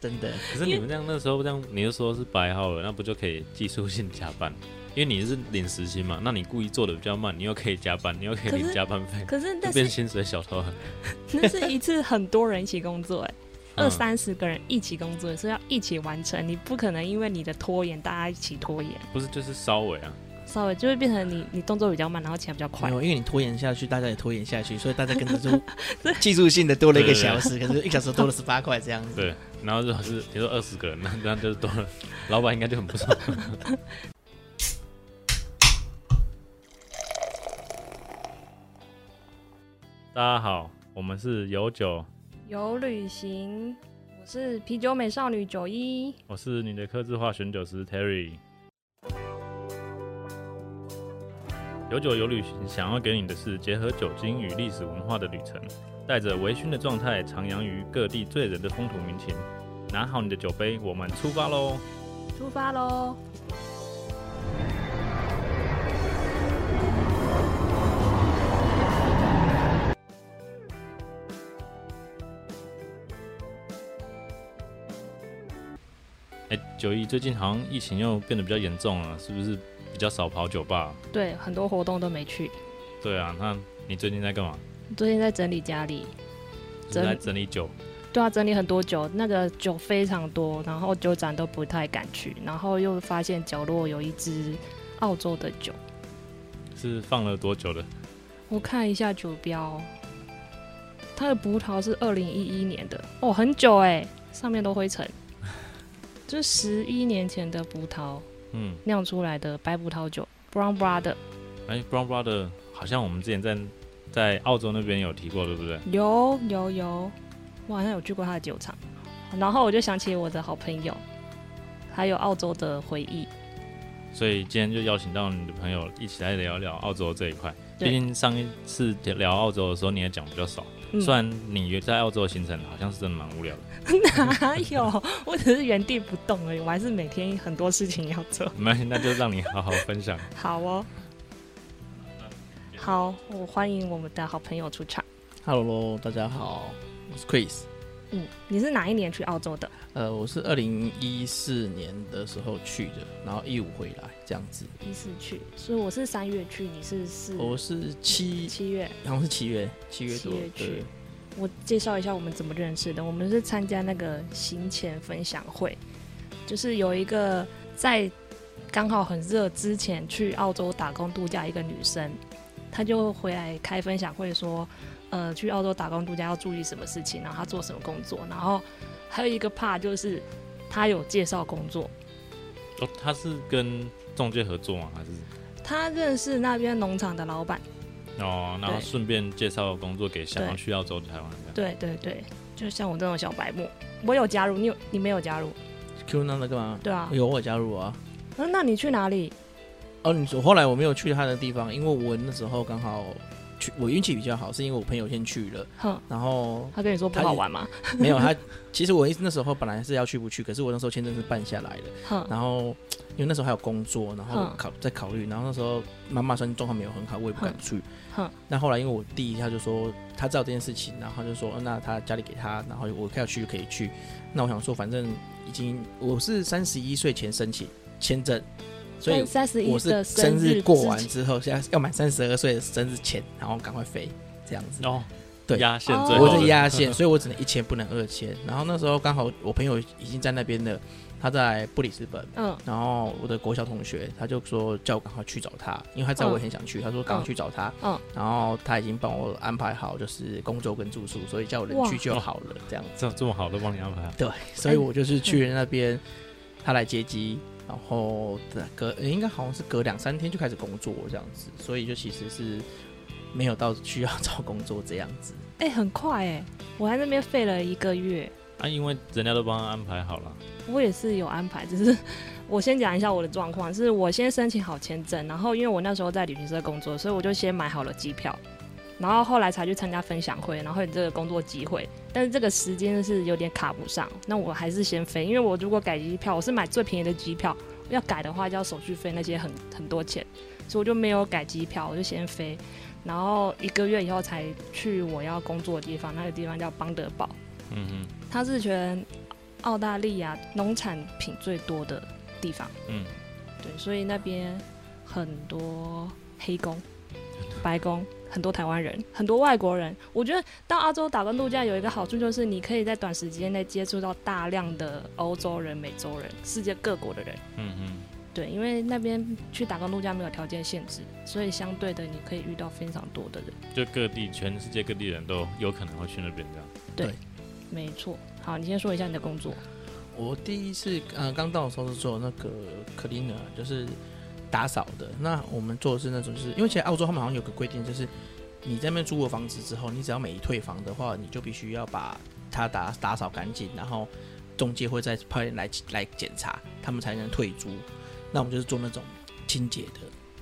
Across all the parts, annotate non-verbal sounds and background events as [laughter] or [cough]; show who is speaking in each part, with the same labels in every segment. Speaker 1: 真的。
Speaker 2: 可是你们这样那时候这样，你就说是白号了，那不就可以技术性加班？因为你是领时薪嘛，那你故意做的比较慢，你又可以加班，你又可以
Speaker 3: 可是
Speaker 2: 领加班费，
Speaker 3: 可是
Speaker 2: 就
Speaker 3: 那
Speaker 2: 变
Speaker 3: 是
Speaker 2: 薪水小偷了。
Speaker 3: 那是一次很多人一起工作、哎，
Speaker 2: 嗯
Speaker 3: 二三十个人一起工作，所以要一起完成，你不可能因为你的拖延，大家一起拖延，
Speaker 2: 不是就是稍微啊，
Speaker 3: 稍微就会变成你你动作比较慢，然后起来比较
Speaker 1: 没
Speaker 3: 快。
Speaker 1: 有，因为你拖延下去，大家也拖延下去，所以大家跟
Speaker 3: [laughs]
Speaker 1: 着就技术性的多了一个小时，可是一小时多了十八块这样子。
Speaker 2: 对。然后如果是比如说二十个人，那那就是多了，老板应该就很不
Speaker 3: [laughs]
Speaker 2: 爽。大家好，我们是有酒，
Speaker 4: 有旅行，我是啤酒美少女九一。
Speaker 2: 我是你的客制化选酒师 Terry。有酒有旅行，想要给你的是结合酒精与历史文化的旅程，带着微醺的状态，徜徉于各地醉人的风土民情。拿好你的酒杯，我们出发喽！
Speaker 4: 出发喽！
Speaker 2: 哎、九一最近好像疫情又变得比较严重了，是不是比较少跑酒吧？
Speaker 3: 对，很多活动都没去。
Speaker 2: 对啊，那你最近在干嘛？
Speaker 3: 最近在整理家里，
Speaker 2: 是在
Speaker 3: 整
Speaker 2: 整理酒，
Speaker 3: 对啊，整理很多酒，那个酒非常多，然后酒展都不太敢去，然后又发现角落有一支澳洲的酒，
Speaker 2: 是放了多久的？
Speaker 3: 我看一下酒标，它的葡萄是二零一一年的，哦，很久哎，上面都灰 [laughs] 尘，这十一年前的葡萄
Speaker 2: 嗯，
Speaker 3: 酿出来的白葡萄酒，Brown Brother
Speaker 2: 哎、b r o w n Brother 好像我们之前在在澳洲那边有提过，对不对？
Speaker 3: 有有有，我好像有去过他的酒厂，然后我就想起我的好朋友，还有澳洲的回忆。
Speaker 2: 所以今天就邀请到你的朋友一起来聊聊澳洲这一块。
Speaker 3: 对
Speaker 2: 毕竟上一次聊澳洲的时候，你也讲比较少。
Speaker 3: 嗯
Speaker 2: 虽然你在澳洲的行程好像是真的蛮无聊的， [laughs]
Speaker 3: 哪有？我只是原地不动而已，我还是每天很多事情要做。
Speaker 2: 没关系，那就让你好好分享。 [laughs]
Speaker 3: 好哦，好，我欢迎我们的好朋友出场。
Speaker 1: Hello，大家好，我是 Chris。
Speaker 3: 嗯，你是哪一年去澳洲的？
Speaker 1: 呃，我是二零一四年的时候去的，然后一五回来这样子。
Speaker 3: 一四去，所以我是三月去，你是四
Speaker 1: 我是七，
Speaker 3: 七月。
Speaker 1: 好像是七月，七月多
Speaker 3: 嗯七月，去
Speaker 1: 对，
Speaker 3: 我介绍一下我们怎么认识的。我们是参加那个行前分享会，就是有一个在刚好很热之前去澳洲打工度假一个女生，她就回来开分享会说，呃，去澳洲打工度假要注意什么事情，然后她做什么工作，然后还有一个怕就是她有介绍工作，
Speaker 2: 哦，他是跟中介合作吗？还是
Speaker 3: 她认识那边农场的老板。
Speaker 2: 哦，然后
Speaker 3: 对
Speaker 2: 顺便介绍工作给想要去澳洲的台湾人。
Speaker 3: 对对对，就像我这种小白目，我有加入，你有你没有加入？
Speaker 1: Q 那那干嘛？
Speaker 3: 对啊，
Speaker 1: 有我有加入啊。
Speaker 3: 嗯那你去哪里？
Speaker 1: 哦，你说后来我没有去他的地方，因为我那时候刚好去，我运气比较好，是因为我朋友先去了，
Speaker 3: 哼，
Speaker 1: 然后
Speaker 3: 他跟你说不好玩吗？ [laughs]
Speaker 1: 没有他。其实我一那时候本来是要去不去，可是我那时候签证是办下来的，
Speaker 3: 哼，
Speaker 1: 然后因为那时候还有工作，然后
Speaker 3: 哦嗯
Speaker 1: 考在考虑，然后那时候妈妈身体状况没有很好，我也不敢去
Speaker 3: 嗯嗯。
Speaker 1: 那后来因为我弟他就说他知道这件事情，然后他就说、呃那他家里给他，然后我要去就可以去。那我想说反正已经我是三十一岁前申请签证，所以
Speaker 3: 三十一
Speaker 1: 我是
Speaker 3: 的
Speaker 1: 生
Speaker 3: 日
Speaker 1: 日过
Speaker 3: 之
Speaker 1: 完
Speaker 3: 前
Speaker 1: 之后，现在要满三十二岁的生日前，然后赶快飞这样子。
Speaker 2: 哦，
Speaker 1: 对
Speaker 2: 压线
Speaker 3: 哦
Speaker 2: 最后
Speaker 1: 我
Speaker 2: 的
Speaker 1: 是压线，所以我只能一千不能二千。然后那时候刚好我朋友已经在那边了，他在布里斯本。
Speaker 3: 嗯
Speaker 1: 然后我的国小同学他就说叫我赶快去找他，因为他知道我
Speaker 3: 嗯
Speaker 1: 也很想去，他说赶快去找他。
Speaker 3: 嗯
Speaker 1: 然后他已经帮我安排好就是工作跟住宿，所以叫我人
Speaker 3: 哇
Speaker 1: 去就好了，这样。
Speaker 2: 这这么好都帮你安排好。啊
Speaker 1: 对，所以我就是去
Speaker 3: 嗯
Speaker 1: 那边，他来接机，然后隔呃应该好像是隔两三天就开始工作这样子，所以就其实是没有到需要 [laughs] 找工作这样子。
Speaker 3: 哎、很快哎、我在那边废了一个月，
Speaker 2: 啊，因为人家都帮他安排好了。
Speaker 3: 我也是有安排，只是 [laughs] 我先讲一下我的状况，是我先申请好签证，然后因为我那时候在旅行社工作，所以我就先买好了机票，然后后来才去参加分享会，然后有这个工作机会，但是这个时间是有点卡不上，那我还是先飞，因为我如果改机票，我是买最便宜的机票，要改的话就要手续费那些很很多钱，所以我就没有改机票，我就先飞，然后一个月以后才去我要工作的地方，那个地方叫邦德堡。
Speaker 2: 嗯
Speaker 3: 它是全澳大利亚农产品最多的地方，
Speaker 2: 嗯，
Speaker 3: 对，所以那边很多黑工、白工，很多台湾人，很多外国人。我觉得到澳洲打工度假有一个好处，就是你可以在短时间内接触到大量的欧洲人、美洲人、世界各国的人。
Speaker 2: 嗯嗯，
Speaker 3: 对，因为那边去打工度假没有条件限制，所以相对的你可以遇到非常多的人。
Speaker 2: 就各地全世界各地人都有可能会去那边这样。
Speaker 3: 没错，好，你先说一下你的工作。
Speaker 1: 我第一次呃刚到的时候是做那个 cleaner，就是打扫的。那我们做的是那种，就是因为其实澳洲他们好像有个规定，就是你在那边租过房子之后，你只要每一退房的话，你就必须要把它打打扫干净，然后中介会再派人来来检查，他们才能退租。那我们就是做那种清洁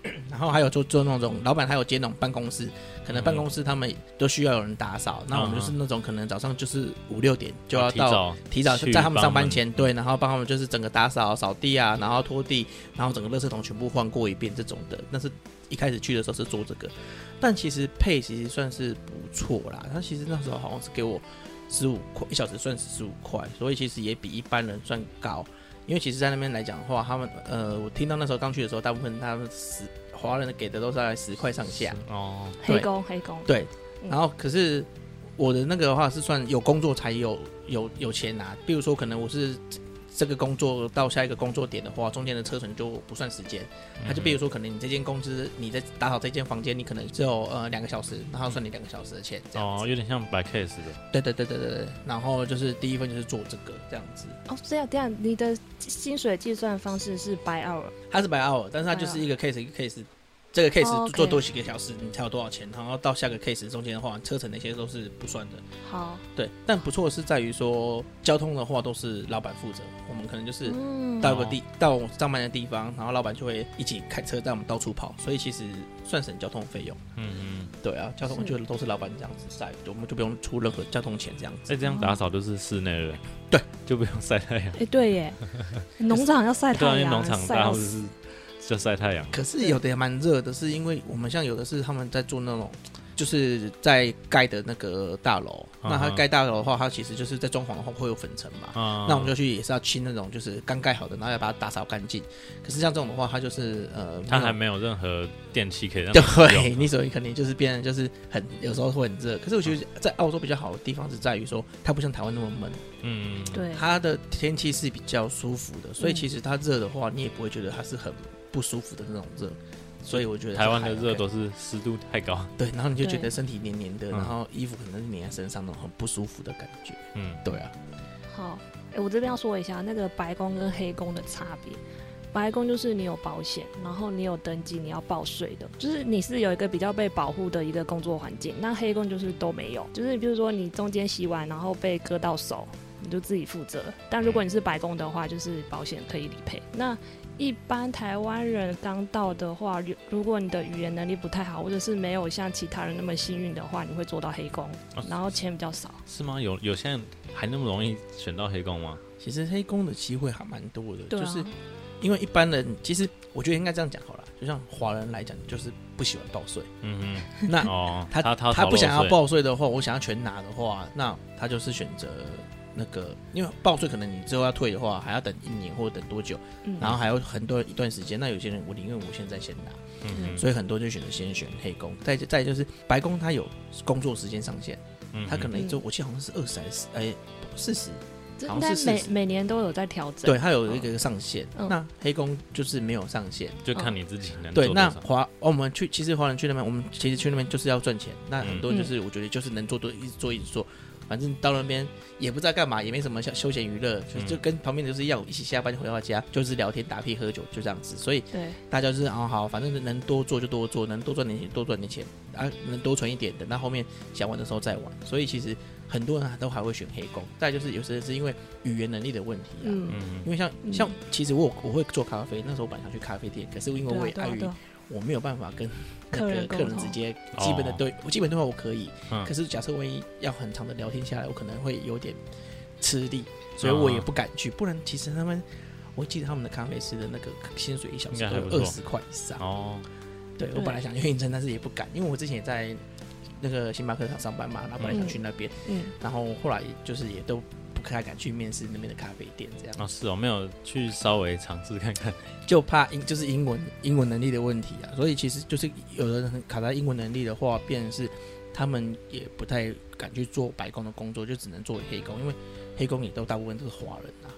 Speaker 1: 的， [laughs] 然后还有做做那种老板还有接那种办公室，可能办公室他们都需要有人打扫，那我们就是那种可能早上就是五六点就要
Speaker 2: 哦提
Speaker 1: 到。
Speaker 2: 早
Speaker 1: 提早
Speaker 2: 去
Speaker 1: 在他们上
Speaker 2: 帮
Speaker 1: 班
Speaker 2: 忙
Speaker 1: 前，对，然后帮他们就是整个打扫、扫地啊，然后拖地，然后整个垃圾桶全部换过一遍这种的。但是一开始去的时候是做这个，但其实配其实算是不错啦。他其实那时候好像是给我十五块一小时，算十五块，所以其实也比一般人算高。因为其实，在那边来讲的话，他们呃，我听到那时候刚去的时候，大部分他们十华人给的都是在十块上下。
Speaker 2: 哦，
Speaker 1: 对
Speaker 3: 黑工，黑工，
Speaker 1: 对，
Speaker 3: 嗯
Speaker 1: 然后可是我的那个的话是算有工作才有有有钱拿，比如说可能我是这个工作到下一个工作点的话，中间的车程就不算时间。他
Speaker 2: 嗯
Speaker 1: 就比如
Speaker 3: 嗯
Speaker 1: 说可能你这间公司你在打扫这间房间，你可能只有呃两个小时，然后算你两个小时的钱这样
Speaker 2: 哦，
Speaker 1: 子。
Speaker 2: 有点像白 case 的，
Speaker 1: 对对对对对对，然后就是第一份就是做这个这样子。
Speaker 3: 哦，这样这样，你的薪水计算方式是 by hour，
Speaker 1: 它是白 hour，但是它就是一个 case 一个 case，这个 case
Speaker 3: 哦，OK
Speaker 1: 做多几个小时你才有多少钱，然后到下个 case 中间的话，车程那些都是不算的。
Speaker 3: 好，
Speaker 1: 对，但不错的是在于说，交通的话都是老板负责，我们可能就是
Speaker 3: 嗯，
Speaker 1: 到一个地、到我上班的地方，然后老板就会一起开车带我们到处跑，所以其实算省交通费用。
Speaker 2: 嗯嗯，
Speaker 1: 对啊，交通我
Speaker 3: 是
Speaker 1: 觉得都是老板这样子在，我们就不用出任何交通钱这样子。
Speaker 2: 哎，这样打扫都是室内的，
Speaker 1: 对，
Speaker 2: 就不用晒太阳。
Speaker 3: 哎，对耶，农场要晒
Speaker 2: [laughs] 对啊，
Speaker 3: 太
Speaker 2: 因为
Speaker 3: 阳，
Speaker 2: 农场
Speaker 3: 晒
Speaker 2: 大
Speaker 3: 到
Speaker 2: 或者是就晒太阳，
Speaker 1: 可是有的也蛮热的，是因为我们像有的是他们在做那种，就是在盖的那个大楼，那他
Speaker 2: 嗯哼
Speaker 1: 盖大楼的话，它其实就是在装潢的话会有粉尘嘛，
Speaker 2: 啊，
Speaker 1: 那我们就去也是要清那种就是刚盖好的，然后要把它打扫干净。可是像这种的话，它就是呃，
Speaker 2: 它还
Speaker 1: 没
Speaker 2: 没有任何电器可以让
Speaker 1: 有
Speaker 2: 它使
Speaker 1: 对 [laughs]
Speaker 2: 用
Speaker 1: 你所以肯定就是变得就是很有时候会很热。可是我觉得在澳洲比较好的地方是在于说，它不像台湾那么闷，
Speaker 2: 嗯，嗯，
Speaker 3: 对，
Speaker 1: 它的天气是比较舒服的，所以
Speaker 3: 嗯
Speaker 1: 其实它热的话，你也不会觉得它是很不舒服的那种热。所以我觉得是
Speaker 2: 台湾
Speaker 1: 还
Speaker 2: 的
Speaker 1: OK
Speaker 2: 热都是湿度太高，
Speaker 1: 对，然后你就觉
Speaker 3: 对
Speaker 1: 得身体黏黏的，
Speaker 2: 嗯
Speaker 1: 然后衣服可能是黏在身上那种很不舒服的感觉。
Speaker 2: 嗯，
Speaker 1: 对啊，
Speaker 3: 好，哎，我这边要说一下那个白工跟黑工的差别。白工就是你有保险，然后你有登记，你要报税的，就是你是有一个比较被保护的一个工作环境。那黑工就是都没有，就是比如说你中间洗碗然后被割到手，你就自己负责。但如果你是白工的话，就是保险可以理赔。那一般台湾人刚到的话，如如果你的语言能力不太好，或者是没有像其他人那么幸运的话，你会做到黑工
Speaker 2: 哦，
Speaker 3: 然后钱比较少。
Speaker 2: 是吗？有有现在还那么容易选到黑工吗？
Speaker 1: 其实黑工的机会还蛮多的，
Speaker 3: 对啊，
Speaker 1: 就是因为一般人其实我觉得应该这样讲好了，就像华人来讲，就是不喜欢报税。
Speaker 2: 嗯
Speaker 1: 那
Speaker 2: 嗯，哦，
Speaker 1: 他
Speaker 2: [laughs] 他他
Speaker 1: 他不想要
Speaker 2: 报，
Speaker 1: 报税的话，我想要全拿的话，那他就是选择那个，因为报税可能你之后要退的话，还要等一年或者等多久，
Speaker 3: 嗯
Speaker 1: 然后还有很多一段时间。那有些人我宁愿我现在先拿，
Speaker 2: 嗯
Speaker 1: 所以很多就选择先选黑工。再再就是白工，他有工作时间上限，
Speaker 2: 嗯
Speaker 1: 他可能就我记得好像是二十还是哎四十，
Speaker 3: 这
Speaker 1: 好
Speaker 3: 应
Speaker 1: 像
Speaker 3: 该
Speaker 1: 是
Speaker 3: 每
Speaker 1: 40
Speaker 3: 每年都有在调整。
Speaker 1: 对，他有一个上限。
Speaker 3: 嗯
Speaker 1: 那黑工就是没有上限。
Speaker 2: 就看你自己能做
Speaker 1: 对，
Speaker 2: 多
Speaker 1: 那
Speaker 2: 少
Speaker 1: 华、哦我们去，其实华人去那边，我们其实去那边就是要赚钱。那很多
Speaker 3: 嗯
Speaker 1: 就是、我觉得就是能做多，一直做一直做，反正到那边也不知道干嘛，也没什么休休闲娱乐，就
Speaker 2: 嗯
Speaker 1: 就跟旁边的就是要一起下班回到家，就是聊天打屁喝酒就这样子。所以
Speaker 3: 对
Speaker 1: 大家就是哦好，反正能多做就多做，能多赚点钱多赚点钱啊，能多存一点，等到后面想玩的时候再玩。所以其实很多人都还会选黑工，再就是有时候是因为语言能力的问题啊。
Speaker 3: 嗯，
Speaker 2: 嗯
Speaker 1: 因为像
Speaker 3: 嗯
Speaker 1: 像其实我有我会做咖啡，那时候我本来想去咖啡店，可是因为我也
Speaker 3: 对啊对
Speaker 1: 碍
Speaker 3: 啊
Speaker 1: 于
Speaker 3: 对啊，
Speaker 1: 我没有办法跟
Speaker 3: [laughs]
Speaker 1: 那
Speaker 3: 客
Speaker 1: 个
Speaker 3: 人沟
Speaker 1: 客
Speaker 3: 通
Speaker 1: 人直接基本的
Speaker 2: 哦
Speaker 1: 对，我基本对话我可以，
Speaker 2: 嗯
Speaker 1: 可是假设万一要很长的聊天下来，我可能会有点吃力，所以我也不敢去。不然其实他们，我记得他们的咖啡师的那个薪水一小时
Speaker 2: 应该还不
Speaker 1: 都
Speaker 2: 错
Speaker 1: 二十块以上。
Speaker 2: 哦，
Speaker 1: 对我
Speaker 3: 对
Speaker 1: 本来想去应征，但是也不敢，因为我之前也在那个星巴克上上班嘛，然后本来想去那边，
Speaker 3: 嗯
Speaker 1: 然后后来就是也都。不太敢去面试那边的咖啡店，这样
Speaker 2: 哦，是哦，没有去稍微尝试看看。
Speaker 1: 就怕英就是英文英文能力的问题啊。所以其实就是有的人很卡在英文能力的话，变成是他们也不太敢去做白工的工作，就只能做黑工，因为黑工也都大部分都是华人啊。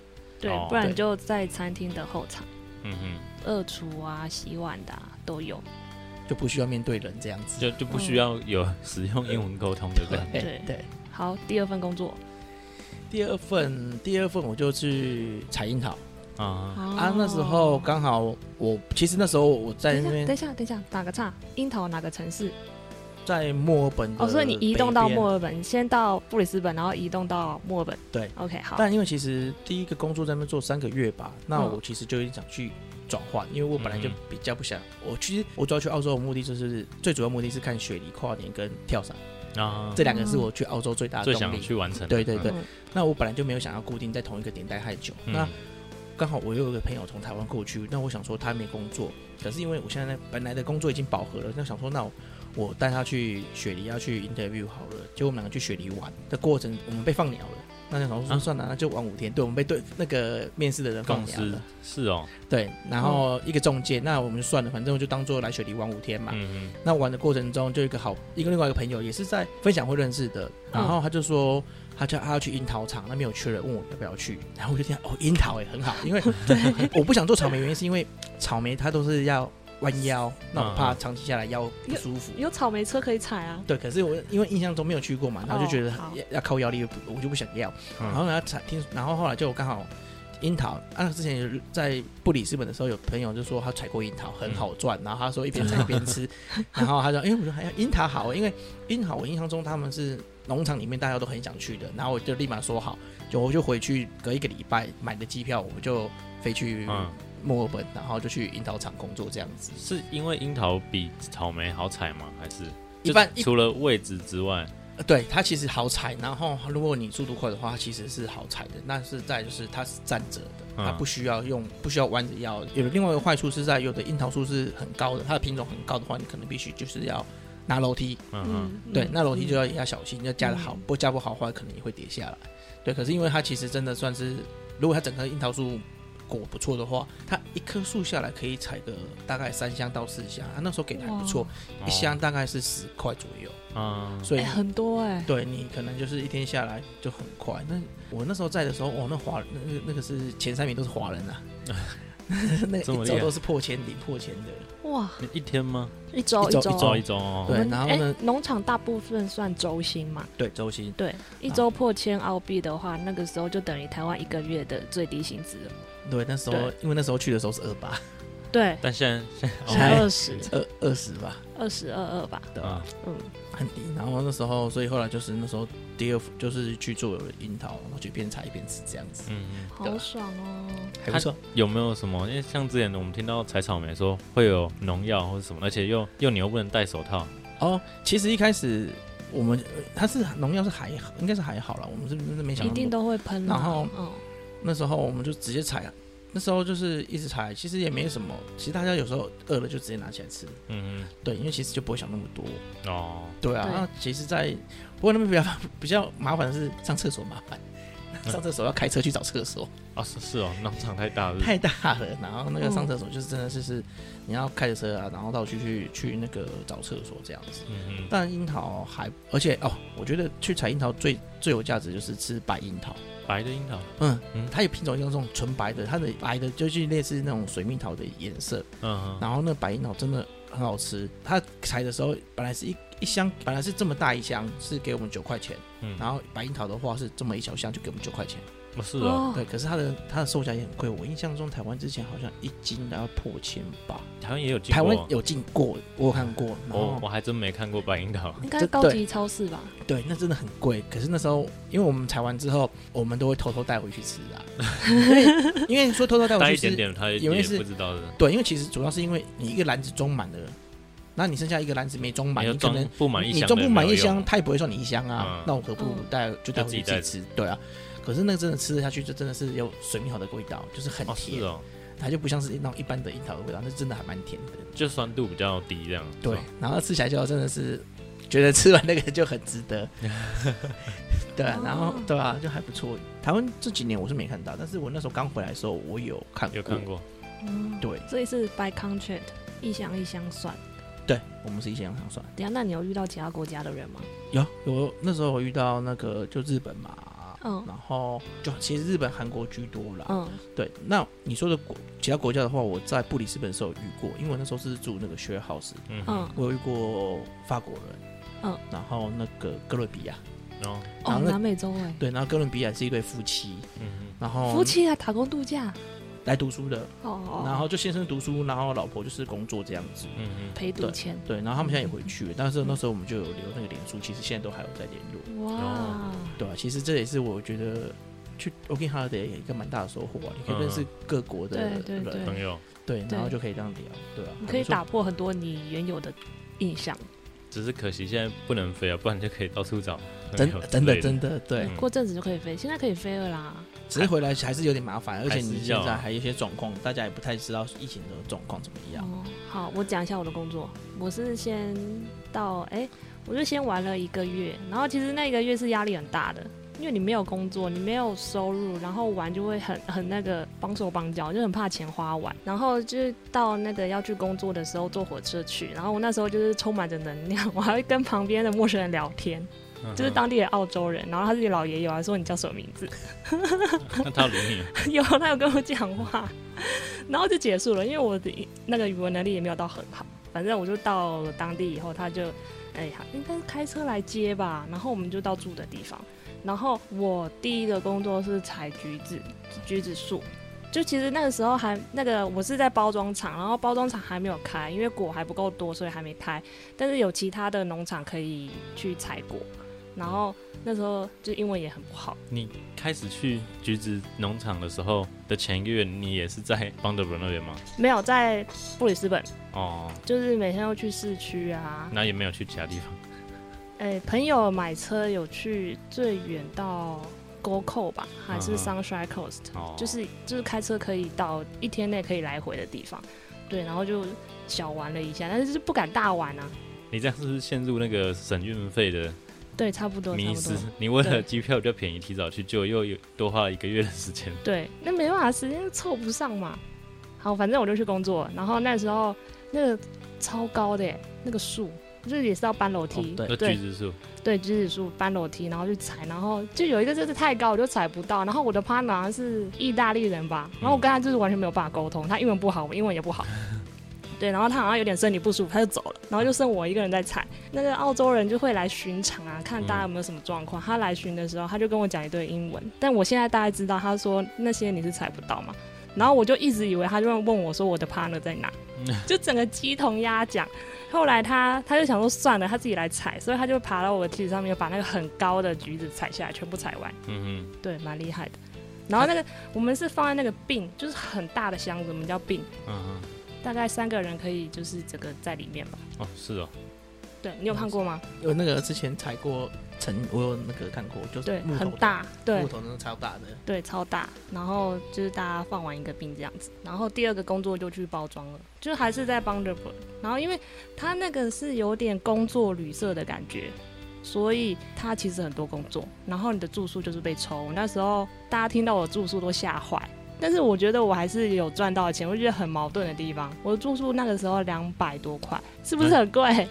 Speaker 3: 对
Speaker 2: 哦，
Speaker 3: 不然
Speaker 1: 对
Speaker 3: 就在餐厅的后场，
Speaker 2: 嗯哼，
Speaker 3: 二厨啊、洗碗的、啊、都有。
Speaker 1: 就不需要面对人这样子，
Speaker 2: 就就不
Speaker 1: 嗯
Speaker 2: 需要有 [laughs] 使用英文沟通，对不对？
Speaker 1: 对
Speaker 3: 对
Speaker 1: 对。
Speaker 3: 好，第二份工作
Speaker 1: 第二份，第二份我就去采樱桃
Speaker 2: 啊，
Speaker 3: 哦
Speaker 1: 啊。那时候刚好我，其实那时候我在
Speaker 3: 等一
Speaker 1: 那
Speaker 3: 下，等一
Speaker 1: 边，
Speaker 3: 下，等一下，打个岔。樱桃哪个城市？
Speaker 1: 在墨尔本的
Speaker 3: 哦，所以你移动到
Speaker 1: 北边
Speaker 3: 墨尔本，先到布里斯本，然后移动到墨尔本。
Speaker 1: 对
Speaker 3: ，OK，好。
Speaker 1: 但因为其实第一个工作在那边做三个月吧，那
Speaker 3: 嗯
Speaker 1: 我其实就有点想去转换，因为我本来就
Speaker 2: 嗯
Speaker 1: 比较不想。我其实我主要去澳洲的目的就是最主要目的是看雪梨跨年跟跳伞，
Speaker 2: 啊，
Speaker 1: 这两个是我去澳洲最大的
Speaker 2: 嗯最
Speaker 1: 动
Speaker 2: 想
Speaker 1: 力。
Speaker 2: 去完成的。
Speaker 1: 对对对，
Speaker 3: 嗯
Speaker 1: 那我本来就没有想要固定在同一个点待太久，
Speaker 2: 嗯
Speaker 1: 那刚好我又有一个朋友从台湾过去，那我想说他没工作，可是因为我现在本来的工作已经饱和了，那想说那我我带他去雪梨要啊去 interview 好了，结果我们两个去雪梨玩的过程，我们被放鸟了。那就想说
Speaker 2: 啊
Speaker 1: 算了，那就玩五天。对，我们被对那个面试的人放
Speaker 2: 共
Speaker 1: 鸟
Speaker 2: 识
Speaker 1: 了。
Speaker 2: 是哦，
Speaker 1: 对，然后一个中介，那我们就算了，反正我就当做来雪梨玩五天嘛。
Speaker 2: 嗯嗯，
Speaker 1: 那玩的过程中，就有一个好一个另外一个朋友也是在分享会认识的，然后他就说他叫他要去樱桃厂那边有缺人，问我要不要去，然后我就听到哦樱桃也很好，因为 [laughs] 我不想做草莓，原因是因为草莓它都是要弯腰，那我怕长期下来腰不舒服。
Speaker 3: 有草莓车可以踩啊。
Speaker 1: 对，可是我因为印象中没有去过嘛，然后就觉得
Speaker 3: 哦好
Speaker 1: 要要靠腰力，我就不想要。然后呢，才听，然后后来就刚好樱桃，啊，之前有在布里斯本的时候，有朋友就说他采过樱桃，很好赚，然后他说一边采一边
Speaker 3: [laughs]
Speaker 1: 吃，然后他说，哎、我说还要樱桃好，因为樱桃我印象中他们是农场里面大家都很想去的，然后我就立马说好，就我就回去隔一个礼拜买的机票，我就飞去
Speaker 2: 嗯，
Speaker 1: 墨尔本，然后就去樱桃厂工作这样子，
Speaker 2: 是因为樱桃比草莓好采吗？还是
Speaker 1: 一般
Speaker 2: 就是
Speaker 1: 一
Speaker 2: 除了位置之外，
Speaker 1: 对它其实好采，然后如果你速度快的话，它其实是好采的。那是在就是它是站着的，
Speaker 2: 嗯
Speaker 1: 它不需要用不需要弯着腰。有的另外一个坏处是在有的樱桃树是很高的，它的品种很高的话，你可能必须就是要拿楼梯。
Speaker 2: 嗯哼，
Speaker 1: 对，那楼梯就要也要小心，要架的好，不架不好的话可能也会跌下来。对，可是因为它其实真的算是，如果它整棵樱桃树果不错的话，它一棵树下来可以采个大概三箱到四箱，它啊那时候给的还不错，一箱大概是十块左右，
Speaker 2: 啊，哦嗯
Speaker 1: 所以
Speaker 3: 哎，很多哎。
Speaker 1: 对你可能就是一天下来就很快。那我那时候在的时候，哦，那华那那那个是前三名都是华人 [laughs] 啊，那
Speaker 2: 这么
Speaker 1: 一
Speaker 2: 厉
Speaker 1: 周
Speaker 2: 害
Speaker 1: 都是破千顶破千的。
Speaker 3: 哇，
Speaker 2: 你一天吗？
Speaker 3: 一周
Speaker 1: 一周
Speaker 2: 一周一周哦，
Speaker 1: 对
Speaker 3: 我们
Speaker 1: 然后
Speaker 3: 哎
Speaker 1: 呢
Speaker 3: 农场大部分算周薪嘛，
Speaker 1: 对，周薪
Speaker 3: 对，一周破千澳币的话，那个时候就等于台湾一个月的最低薪资了。
Speaker 1: 对，那时候
Speaker 3: 对
Speaker 1: 因为那时候去的时候是二八
Speaker 3: 对，
Speaker 2: 但现在现在
Speaker 3: 才
Speaker 1: 哎
Speaker 3: 二十
Speaker 1: [laughs] 二二十吧
Speaker 3: 二十二二吧，
Speaker 1: 对
Speaker 2: 哦
Speaker 1: 吧
Speaker 2: 啊，
Speaker 3: 嗯，
Speaker 1: 很低。然后那时候，所以后来就是那时候第二就是去做樱桃，然后就边采一边吃这样子，
Speaker 2: 嗯嗯。
Speaker 1: 对
Speaker 3: 好爽哦。
Speaker 1: 还不错。
Speaker 2: 有没有什么？因为像之前我们听到采草莓说会有农药或者什么，而且又又你又不能戴手套，
Speaker 1: 哦，其实一开始我们呃它是农药是还好，应该是还好啦，我们是不是没想到那
Speaker 3: 一
Speaker 1: 么
Speaker 3: 定都会喷啦。
Speaker 1: 然后
Speaker 3: 嗯，
Speaker 1: 那时候我们就直接采，那时候就是一直采，其实也没什么。其实大家有时候饿了就直接拿起来吃，
Speaker 2: 嗯
Speaker 1: 对，因为其实就不会想那么多。
Speaker 2: 嗯哦，
Speaker 1: 对啊，
Speaker 3: 对
Speaker 1: 那其实在，不过那边比较 [laughs] 比较麻烦的是上厕所麻烦，上厕所要开车去找厕所，
Speaker 2: 哦是是哦，农场太大了，
Speaker 1: 太大了。然后那个上厕所就是真的是是你要开着车啊，然后到处去去那个找厕所这样子。
Speaker 2: 嗯嗯，
Speaker 1: 但樱桃还，而且哦，我觉得去采樱桃最最有价值就是吃白樱桃。
Speaker 2: 白的樱桃，
Speaker 1: 嗯
Speaker 2: 嗯，
Speaker 1: 它有品种，像这种纯白的，它的白的就是类似那种水蜜桃的颜色。
Speaker 2: 嗯嗯
Speaker 1: 然后那白樱桃真的很好吃，它采的时候本来是一一箱，本来是这么大一箱，是给我们九块钱。
Speaker 2: 嗯，
Speaker 1: 然后白樱桃的话是这么一小箱，就给我们九块钱。
Speaker 2: 哦是哦，
Speaker 1: 对，可是它的它的售价也很贵，我印象中台湾之前好像一斤要破千吧，
Speaker 2: 台湾也有进
Speaker 1: 台湾
Speaker 2: 过，哦
Speaker 1: 有进过，我有哦看过。然
Speaker 2: 我
Speaker 1: 后
Speaker 2: 我还真没看过白樱桃，
Speaker 3: 应该
Speaker 1: 这
Speaker 3: 是高
Speaker 1: 对
Speaker 3: 级超市吧？
Speaker 1: 对，那真的很贵。可是那时候，因为我们采完之后，我们都会偷偷带回去吃
Speaker 2: [laughs]
Speaker 1: 啊，因为因为说偷偷带
Speaker 2: 带
Speaker 1: 回
Speaker 2: 一
Speaker 1: 去
Speaker 2: 点
Speaker 1: 吃，
Speaker 2: 点他也
Speaker 1: 以为
Speaker 2: 也
Speaker 1: 是
Speaker 2: 不知道的，
Speaker 1: 对，因为其实主要是因为你一个篮子装满了，那你剩下一个篮子没装满，
Speaker 2: 没有
Speaker 1: 你可
Speaker 2: 装
Speaker 1: 能
Speaker 2: 不满一
Speaker 1: 你
Speaker 2: 箱，
Speaker 1: 装不满一箱，，他也不会算你一箱啊。
Speaker 2: 嗯
Speaker 1: 那我何不
Speaker 3: 嗯
Speaker 1: 带就带回
Speaker 2: 就自己
Speaker 1: 去
Speaker 2: 带
Speaker 1: 自己吃？对啊。可是那个真的吃得下去，就真的是有水蜜桃的味道，就是很
Speaker 2: 哦是
Speaker 1: 甜，
Speaker 2: 哦，
Speaker 1: 它就不像是那种一般的樱桃的味道，那真的还蛮甜的。
Speaker 2: 就酸度比较低这样，
Speaker 1: 对，然后吃起来就真的是觉得吃完那个就很值
Speaker 2: [laughs]
Speaker 1: 得。对啊，然后对啊，就还不错。台湾这几年我是没看到，但是我那时候刚回来的时候，我有看过。
Speaker 2: 有看过，
Speaker 3: 嗯，
Speaker 1: 对
Speaker 3: 所以是 by contract，一箱一箱算。
Speaker 1: 对，我们是一箱一箱算。
Speaker 3: 等一下，那你有遇到其他国家的人吗？
Speaker 1: 有有，那时候我遇到那个就日本嘛，
Speaker 3: 嗯
Speaker 1: 然后就其实日本、韩国居多啦。
Speaker 3: 嗯
Speaker 1: 对，那你说的国其他国家的话，我在布里斯本的时候有遇过，因为我那时候是住那个 share house，
Speaker 2: 嗯哼，
Speaker 3: 嗯，
Speaker 1: 我有遇过法国人，
Speaker 3: 嗯，
Speaker 1: 然后那个哥伦比亚，
Speaker 2: 然后，
Speaker 1: 然
Speaker 3: 哦，
Speaker 1: 后那
Speaker 3: 南美洲哎，
Speaker 1: 对，然后哥伦比亚是一对夫妻，
Speaker 2: 嗯
Speaker 1: 然后
Speaker 3: 夫妻来打工度假，
Speaker 1: 来读书的，
Speaker 3: 哦哦，
Speaker 1: 然后就先生读书，然后老婆就是工作这样子。
Speaker 2: 哼，嗯
Speaker 3: 赔赌钱，
Speaker 1: 对，然后他们现在也回去了，但是那时候我们就有留那个脸书，其实现在都还有在联络。
Speaker 3: 哇，
Speaker 1: 对啊，其实这也是我觉得去 Working Holiday 一个蛮大的收获
Speaker 2: 嗯
Speaker 1: 啊，你可以认识各国的人，
Speaker 3: 对对
Speaker 2: 哼，朋友，
Speaker 1: 对然后
Speaker 3: 对
Speaker 1: 就可以这样聊，对啊，
Speaker 3: 你可以
Speaker 1: 还不错
Speaker 3: 打破很多你原有的印象。
Speaker 2: 只是可惜现在不能飞啊，不然就可以到处找朋
Speaker 1: 真
Speaker 2: 友
Speaker 1: 真
Speaker 2: 之类
Speaker 1: 的真的对，
Speaker 2: 嗯
Speaker 3: 过阵子就可以飞，现在可以飞了啦。
Speaker 1: 只是回来还是有点麻烦，而且
Speaker 2: 还是
Speaker 1: 你现
Speaker 2: 要
Speaker 1: 在还有一些状况，大家也不太知道疫情的状况怎么样。
Speaker 3: 哦，好，我讲一下我的工作。我是先到，哎、我就先玩了一个月，然后其实那一个月是压力很大的，因为你没有工作，你没有收入，然后玩就会很 [laughs] 很那个绑手绑脚，就很怕钱花完。然后就是到那个要去工作的时候坐火车去，然后我那时候就是充满着能量，我还会跟旁边的陌生人聊天，
Speaker 2: 嗯
Speaker 3: 就是当地的澳洲人，然后他是一个老爷爷，我还说你叫什么名字。
Speaker 2: 那他理你，
Speaker 3: 有，他有跟我讲话，然后就结束了，因为我的那个语文能力也没有到很好，反正我就到当地以后，他就，哎、呀，应该是开车来接吧，然后我们就到住的地方，然后我第一个工作是采橘子，橘子树。就其实那个时候还那个我是在包装厂，然后包装厂还没有开，因为果还不够多，所以还没开。但是有其他的农场可以去采果，然后那时候就英文也很不好，
Speaker 2: 你开始去橘子农场的时候的前一个月，你也是在邦德伦那边吗？
Speaker 3: 没有在布里斯本，
Speaker 2: 哦，
Speaker 3: 就是每天都去市区啊。
Speaker 2: 那也没有去其他地方。
Speaker 3: 哎、朋友买车有去最远到 Go c o 吧，还是
Speaker 2: 嗯
Speaker 3: Sunshine Coast，、
Speaker 2: 哦，
Speaker 3: 就是就是开车可以到一天内可以来回的地方。对，然后就小玩了一下，但是就是不敢大玩啊。
Speaker 2: 你这样是不是陷入那个省运费的
Speaker 3: 对，差不多，差
Speaker 2: 迷
Speaker 3: 不
Speaker 2: 失
Speaker 3: 多。？
Speaker 2: 你为了
Speaker 3: 对
Speaker 2: 机票比较便宜，提早去就又有多花了一个月的时间。
Speaker 3: 对，那没办法，时间凑不上嘛。好，反正我就去工作，然后那时候那个超高的耶那个树，就是也是要搬楼梯。
Speaker 1: 哦对
Speaker 2: 那橘子树，
Speaker 3: 对橘子树搬楼梯，然后去踩，然后就有一个真是太高，我就踩不到。然后我的 partner 好像是意大利人吧，然后我跟他就是完全没有办法沟通，他英文不好，我英文也不好。对，然后他好像有点身体不舒服，他就走了，然后就剩我一个人在踩。那个澳洲人就会来巡场啊，看大家有没有什么状况。他来巡的时候，他就跟我讲一堆英文，但我现在大概知道，他说那些你是踩不到嘛。然后我就一直以为他就会问我说我的 partner 在哪，就整个鸡同鸭讲。后来他他就想说算了，他自己来采，所以他就爬到我的梯子上面，把那个很高的橘子采下来，全部采完。
Speaker 2: 嗯
Speaker 3: 对，蛮厉害的。然后那个我们是放在那个bin，就是很大的箱子，我们叫 bin，
Speaker 2: 哼，嗯
Speaker 3: 大概三个人可以就是整个在里面吧。
Speaker 2: 哼，哦，是
Speaker 3: [laughs]
Speaker 2: 哦，
Speaker 3: 对你有看过吗？
Speaker 2: 呃
Speaker 1: 有呃那个之前采过成，我有那个看过，就是
Speaker 3: 对，
Speaker 1: 木头
Speaker 3: 很
Speaker 1: 的，
Speaker 3: 大，对
Speaker 1: 木头那个超大的，
Speaker 3: 对，超大。然后就是大家放完一个 bin 这样子，然后第二个工作就去包装了，就还是在帮着 n 然后因为他那个是有点工作旅社的感觉，所以他其实很多工作，然后你的住宿就是被抽。那时候大家听到我住宿都吓坏，但是我觉得我还是有赚到钱，我就觉得很矛盾的地方。我的住宿那个时候两百多块，是不是很贵？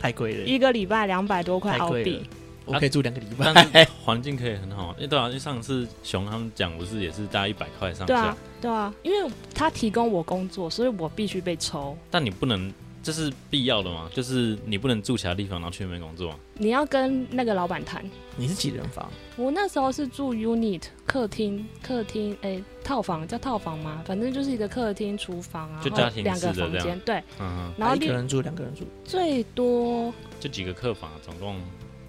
Speaker 1: 太贵了，
Speaker 3: 一个礼拜两百多块
Speaker 1: 太
Speaker 3: 澳
Speaker 1: 贵
Speaker 3: 币
Speaker 1: 了。，我可以住两个礼拜。
Speaker 2: 但是环境可以很好。因为对啊，因为上次熊他们讲不是也是大概一百块上
Speaker 3: 对
Speaker 2: 下
Speaker 3: 啊，，对啊，因为他提供我工作，所以我必须被抽。
Speaker 2: 但你不能。这是必要的嘛？就是你不能住其他地方，然后去那边工作嘛。
Speaker 3: 你要跟那个老板谈。
Speaker 1: 你是几人房？
Speaker 3: 我那时候是住 unit 客厅，客厅诶、套房叫套房吗？反正就是一个客厅、厨房啊，
Speaker 2: 就
Speaker 3: 然后
Speaker 2: 家庭
Speaker 3: 两个
Speaker 2: 式的
Speaker 3: 房
Speaker 2: 这
Speaker 3: 间
Speaker 2: 样，
Speaker 3: 对。
Speaker 2: 嗯
Speaker 3: 然后
Speaker 1: 啊一个
Speaker 3: 另
Speaker 1: 人住，两个人住，
Speaker 3: 最多
Speaker 2: 哼，就几个客房、啊，总共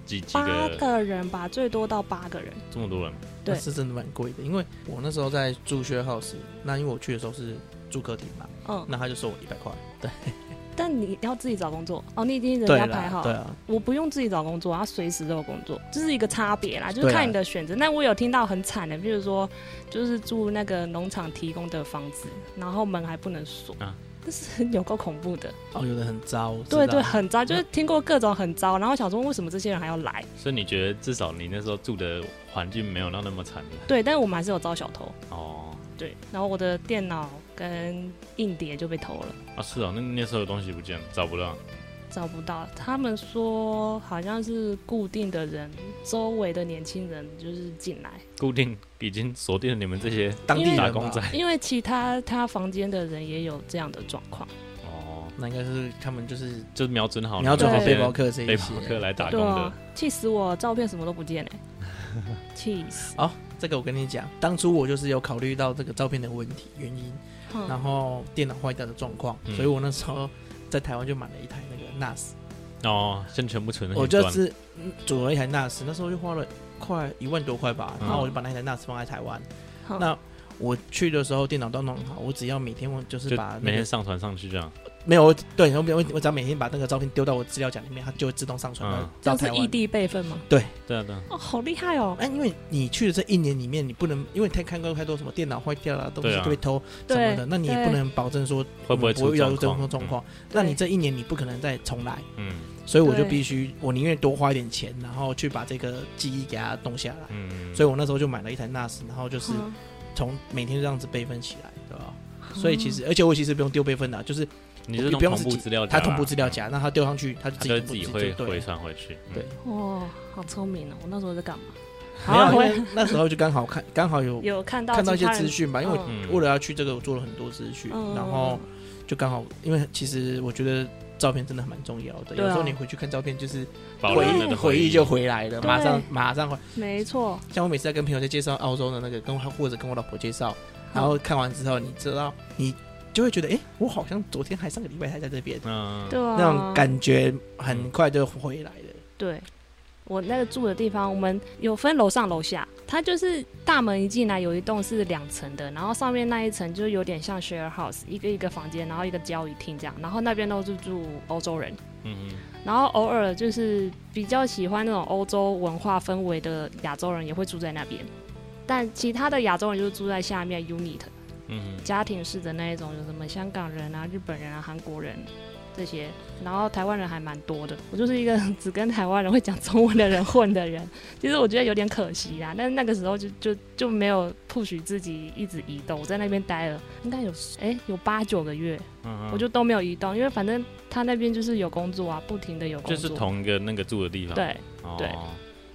Speaker 2: 几几
Speaker 3: 八
Speaker 2: 个
Speaker 3: 个人吧，最多到八个人。
Speaker 2: 这么多人，
Speaker 3: 对
Speaker 1: 那是真的蛮贵的。因为我那时候在住 share house，那因为我去的时候是住客厅嘛，
Speaker 3: 嗯，
Speaker 1: 那他就收我一百块。对，
Speaker 3: 但你要自己找工作哦，你已经人
Speaker 1: 对
Speaker 3: 家排
Speaker 1: 啦，
Speaker 3: 好
Speaker 1: 对
Speaker 3: 了。
Speaker 1: 啊，
Speaker 3: 我不用自己找工作，他随时都有工作，这是一个差别啦，就是
Speaker 1: 对啊
Speaker 3: 看你的选择。那我有听到很惨的，比如说就是住那个农场提供的房子，然后门还不能锁，
Speaker 2: 啊
Speaker 3: 但是有够恐怖的，
Speaker 1: 哦，有的很糟，
Speaker 3: 对
Speaker 1: 知道
Speaker 3: 对，很糟，就是听过各种很糟，然后想说为什么这些人还要来？
Speaker 2: 所以你觉得至少你那时候住的环境没有到那么惨的
Speaker 3: 对，但是我们还是有招小偷，
Speaker 2: 哦。
Speaker 3: 对，然后我的电脑跟硬碟就被偷了，
Speaker 2: 啊，是哦，那那时候有东西不见了，找不到。
Speaker 3: 找不到。他们说好像是固定的人，周围的年轻人就是进来，
Speaker 2: 固定已经锁定了你们这些
Speaker 1: 当地人吧
Speaker 2: 打工仔。
Speaker 3: 因为其他他房间的人也有这样的状况。
Speaker 2: 哦，
Speaker 1: 那应该是他们就是
Speaker 2: 就是瞄准好
Speaker 1: 你要
Speaker 2: 你
Speaker 1: 准
Speaker 2: 们
Speaker 1: 备
Speaker 2: 这
Speaker 1: 背
Speaker 2: 些
Speaker 1: 包客这
Speaker 2: 哦背
Speaker 1: 一
Speaker 2: 包
Speaker 1: 些。
Speaker 2: 客来打工
Speaker 3: 对
Speaker 2: 的
Speaker 3: 啊，气死我！照片什么都
Speaker 1: [laughs]
Speaker 3: 不见哎、气死！
Speaker 1: 这个我跟你讲，当初我就是有考虑到这个照片的问题原因，
Speaker 3: 嗯
Speaker 1: 然后电脑坏掉的状况，
Speaker 2: 嗯
Speaker 1: 所以我那时候在台湾就买了一台那个 NAS，
Speaker 2: 哦，先全部存在
Speaker 1: 我
Speaker 2: 云
Speaker 1: 就
Speaker 2: 端。
Speaker 1: 是嗯组了一台 NAS，那时候就花了快一万多块吧，
Speaker 2: 嗯
Speaker 1: 然后我就把那台 NAS 放在台湾。
Speaker 3: 好
Speaker 1: 那我去的时候电脑都弄好，我只要每天我就是
Speaker 2: 就
Speaker 1: 把那
Speaker 2: 每天
Speaker 1: 个
Speaker 2: 上传上去这样，
Speaker 1: 没有我对，我我我只要每天把那个照片丢到我资料夹里面，它就会自动上传
Speaker 2: 嗯
Speaker 1: 到到
Speaker 3: 这样是
Speaker 1: 台
Speaker 3: 异
Speaker 1: 湾。
Speaker 3: 地备份吗？
Speaker 2: 对啊对啊，
Speaker 3: 哦，好厉害哦！
Speaker 1: 哎，因为你去的这一年里面，你不能因为太看过太多什么电脑坏掉了、东西
Speaker 2: 对啊
Speaker 1: 被偷什么的，
Speaker 3: 对
Speaker 1: 那你也不
Speaker 3: 对嗯
Speaker 1: 能保证说
Speaker 2: 会不会
Speaker 1: 你不
Speaker 2: 出
Speaker 1: 会遇嗯到这
Speaker 2: 状
Speaker 1: 种
Speaker 2: 况？
Speaker 1: 状况。那你
Speaker 3: 对
Speaker 1: 这一年你不可能再重来，
Speaker 2: 嗯
Speaker 1: 所以我就
Speaker 3: 对
Speaker 1: 必须，我宁愿多花一点钱，然后去把这个记忆给它弄下来。
Speaker 2: 嗯嗯，
Speaker 1: 所以
Speaker 2: 以
Speaker 1: 我那时候就买了一台 NAS，然后就是
Speaker 3: 嗯
Speaker 1: 从每天这样子备份起来，对吧？所以其
Speaker 3: 嗯
Speaker 1: 实，而且我其实不用丢备份的啊，就是
Speaker 2: 你是
Speaker 1: 你
Speaker 2: 用
Speaker 1: 不用
Speaker 2: 同步
Speaker 1: 自己
Speaker 2: 资料夹
Speaker 1: 它
Speaker 2: 啦，
Speaker 1: 同步资料夹，那它丢上去，它就
Speaker 2: 它
Speaker 1: 自
Speaker 2: 啊就
Speaker 1: 己
Speaker 2: 会
Speaker 1: 同步
Speaker 2: 自
Speaker 1: 资
Speaker 2: 己会
Speaker 1: 就对
Speaker 2: 回
Speaker 1: 了。
Speaker 2: 传回去。嗯
Speaker 1: 对
Speaker 3: 哦，好聪明哦！我那时候在干嘛？
Speaker 1: 没有，因
Speaker 3: 啊我
Speaker 1: 为那时候就刚好看，刚好有
Speaker 3: 有看到
Speaker 1: 看到一些
Speaker 3: 其他人
Speaker 1: 资，讯吧，因为
Speaker 2: 嗯
Speaker 1: 我为了要去这个，我做了很多资讯，
Speaker 3: 嗯
Speaker 1: 然后就刚好，因为其实我觉得照片真的蛮重要的，
Speaker 3: 对
Speaker 1: 有
Speaker 3: 啊
Speaker 1: 时候你回去看照片，就是
Speaker 2: 保
Speaker 1: 回
Speaker 2: 留了
Speaker 1: 忆
Speaker 2: 的
Speaker 1: 回忆
Speaker 2: 忆
Speaker 1: 就回来了，
Speaker 3: 对
Speaker 1: 马上马上回。
Speaker 3: 没错，
Speaker 1: 像我每次在跟朋友在介绍澳洲的那个，跟我或者跟我老婆介绍，然后看完之后，你知道，你就会觉得，诶，我好像昨天还上个礼拜还在这边，
Speaker 2: 嗯，
Speaker 3: 对啊，
Speaker 1: 那种感觉很快就回来了。
Speaker 3: 对。我那个住的地方，我们有分楼上楼下，它就是大门一进来有一栋是两层的，然后上面那一层就有点像 share house，一个一个房间，然后一个交易厅这样，然后那边都是住欧洲人，
Speaker 2: 嗯嗯
Speaker 3: 然后偶尔就是比较喜欢那种欧洲文化氛围的亚洲人也会住在那边，但其他的亚洲人就住在下面 unit
Speaker 2: 嗯嗯，
Speaker 3: 家庭式的那一种，有什么香港人啊、日本人啊、韩国人这些，然后台湾人还蛮多的。我就是一个只跟台湾人会讲中文的人混的人，其实我觉得有点可惜啦。但是那个时候就就就没有 push 自己一直移动，我在那边待了应该有哎、有八九个月，
Speaker 2: 嗯嗯
Speaker 3: 我就都没有移动，因为反正他那边就是有工作啊，不停的有工
Speaker 2: 就
Speaker 3: 作，
Speaker 2: 是同一个那个住的地方。
Speaker 3: 对，
Speaker 2: 哦
Speaker 3: 对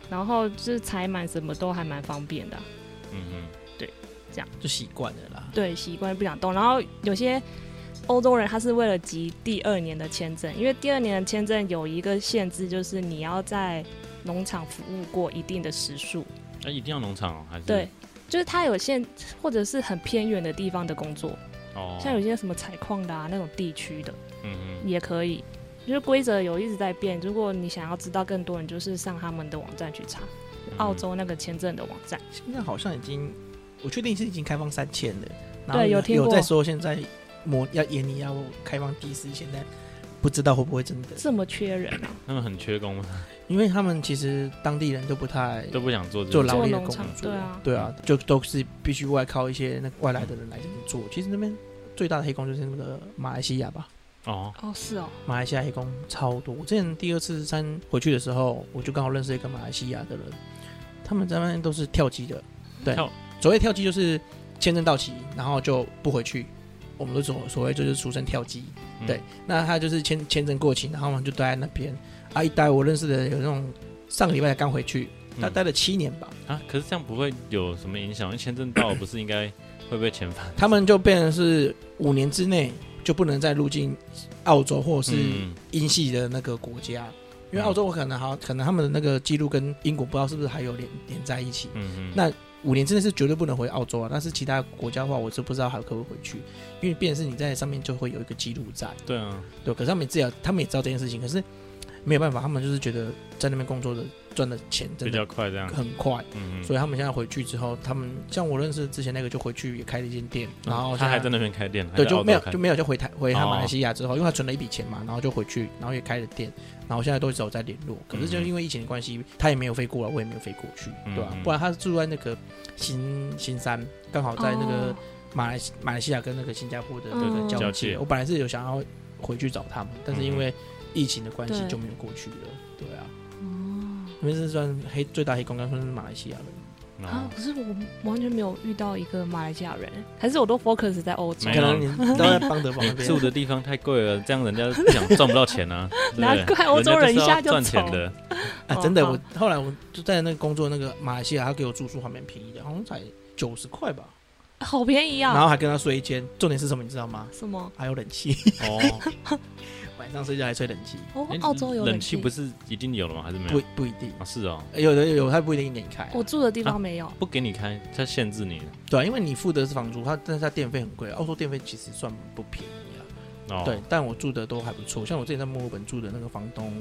Speaker 3: 然后就是采买什么都还蛮方便的啊、
Speaker 2: 嗯
Speaker 1: 就习惯了啦。
Speaker 3: 对，习惯不想动。然后有些欧洲人他是为了集第二年的签证，因为第二年的签证有一个限制，就是你要在农场服务过一定的时数。
Speaker 2: 嗯，那一定要农场哦还是
Speaker 3: 对，就是他有限，或者是很偏远的地方的工作，
Speaker 2: 哦，
Speaker 3: 像有些什么采矿的啊那种地区的
Speaker 2: 嗯嗯
Speaker 3: 也可以。就是规则有一直在变，如果你想要知道更多，你就是上他们的网站去查
Speaker 2: 嗯
Speaker 3: 澳洲那个签证的网站。
Speaker 1: 现在好像已经，我确定是已经开放三千了，然后
Speaker 3: 对有
Speaker 1: 有
Speaker 3: 听过
Speaker 1: 在说现在模要延你要开放第四，现在不知道会不会真的，
Speaker 3: 这么缺人啊？
Speaker 2: 他们很缺工吗，
Speaker 1: 因为他们其实当地人都不太
Speaker 2: 都不想做这
Speaker 1: 做
Speaker 2: 种
Speaker 1: 劳
Speaker 3: 做
Speaker 1: 力的
Speaker 3: 农
Speaker 1: 工作
Speaker 3: 场，对啊
Speaker 2: 嗯
Speaker 1: 就都是必须外靠一些那个外来的人来这边做。其实那边最大的黑工就是那个马来西亚吧，
Speaker 2: 哦，
Speaker 3: 哦，是哦，
Speaker 1: 马来西亚黑工超多。我之前第二次山回去的时候，我就刚好认识一个马来西亚的人，他们在那边都是跳机的，对
Speaker 2: 跳，
Speaker 1: 所谓跳机就是签证到期，然后就不回去。我们都所所谓就是俗称跳机，
Speaker 2: 嗯
Speaker 1: 对。那他就是签签证过期，然后我们就待在那边啊，一待我认识的有那种上个礼拜才刚回去，他
Speaker 2: 嗯
Speaker 1: 待了七年吧，
Speaker 2: 啊，可是这样不会有什么影响？因为签证到了不是应该会被遣返？
Speaker 1: 他们就变成是五年之内就不能再入境澳洲或是
Speaker 2: 嗯
Speaker 1: 英系的那个国家，因为
Speaker 2: 嗯
Speaker 1: 澳洲可能好，可能他们的那个记录跟英国不知道是不是还有连连在一起。
Speaker 2: 嗯嗯，
Speaker 1: 那五年之内是绝对不能回澳洲啊，但是其他国家的话，我是不知道还可不可以回去，因为变成是你在上面就会有一个记录在，
Speaker 2: 对啊，
Speaker 1: 对。可是他们自己他们也知道这件事情，可是没有办法，他们就是觉得在那边工作的赚的钱真
Speaker 2: 比
Speaker 1: 的
Speaker 2: 较快这样。
Speaker 1: 很快，
Speaker 2: 嗯，嗯
Speaker 1: 所以他们现在回去之后，他们像我认识之前那个就回去也开了一间店，然后
Speaker 2: 嗯他
Speaker 1: 现
Speaker 2: 还在那边开店，
Speaker 1: 对，
Speaker 2: 还在
Speaker 1: 就
Speaker 2: 澳洲
Speaker 1: 没有
Speaker 2: 开
Speaker 1: 就没有就回台回他
Speaker 2: 哦
Speaker 1: 马来西亚之后，因为他存了一笔钱嘛，然后就回去，然后也开了店，然后现在都只有在联络。可是就是因为疫情的关系，他也没有飞过来，我也没有飞过去，
Speaker 2: 嗯嗯
Speaker 1: 对吧、
Speaker 2: 嗯
Speaker 1: 不然他住在那个新新山，刚好在那个
Speaker 3: 哦
Speaker 1: 马来西马来西亚跟那个新加坡的那个
Speaker 4: 嗯
Speaker 1: 交
Speaker 2: 交
Speaker 1: 界，
Speaker 2: 界嗯
Speaker 1: 我本来是有想要回去找他们，但是因为疫情的关系
Speaker 3: 对
Speaker 1: 就没有过去了。对啊，
Speaker 3: 哦
Speaker 1: 因为这算黑最大黑工，刚算是马来西亚人。嗯
Speaker 3: 啊！可是我完全没有遇到一个马来西亚人，还是我都 focus 在欧洲
Speaker 2: 没
Speaker 1: 可
Speaker 2: 有，
Speaker 1: 能你都在邦德堡
Speaker 2: 你
Speaker 1: 那边
Speaker 2: [laughs] 住的地方太贵了，这样人家不想赚不到钱
Speaker 3: [laughs]
Speaker 2: 啊。对不对
Speaker 3: 难怪欧洲人一下就
Speaker 2: 人家就是要赚钱的，
Speaker 1: 啊，
Speaker 3: 哦
Speaker 1: 真的，
Speaker 3: 好
Speaker 1: 我后来我就在那个工作那个马来西亚，他给我住宿还蛮便宜的，好像才九十块吧，
Speaker 3: 好便宜
Speaker 1: 然
Speaker 3: 啊！
Speaker 1: 后还跟他睡一间。重点是什么，你知道吗？
Speaker 3: 什么？
Speaker 1: 还有冷气， [laughs]
Speaker 2: 哦，
Speaker 1: 晚上睡觉还吹冷气，
Speaker 3: 哦
Speaker 2: 诶，
Speaker 3: [laughs] 澳洲有
Speaker 2: 冷
Speaker 3: 气
Speaker 2: 气不是已经有了吗？还是没
Speaker 1: 不
Speaker 2: 有？
Speaker 1: 不一定，
Speaker 2: 啊，是哦，
Speaker 1: 有的有他不一定给你开啊、
Speaker 3: 我住的地方没有。
Speaker 2: 不给你开，它限制你。
Speaker 1: 对啊、因为你付的是房租，他但是他电费很贵，澳洲电费其实算不便宜啊。
Speaker 2: 哦，
Speaker 1: 对，但我住的都还不错，像我之前在墨尔本住的那个房东，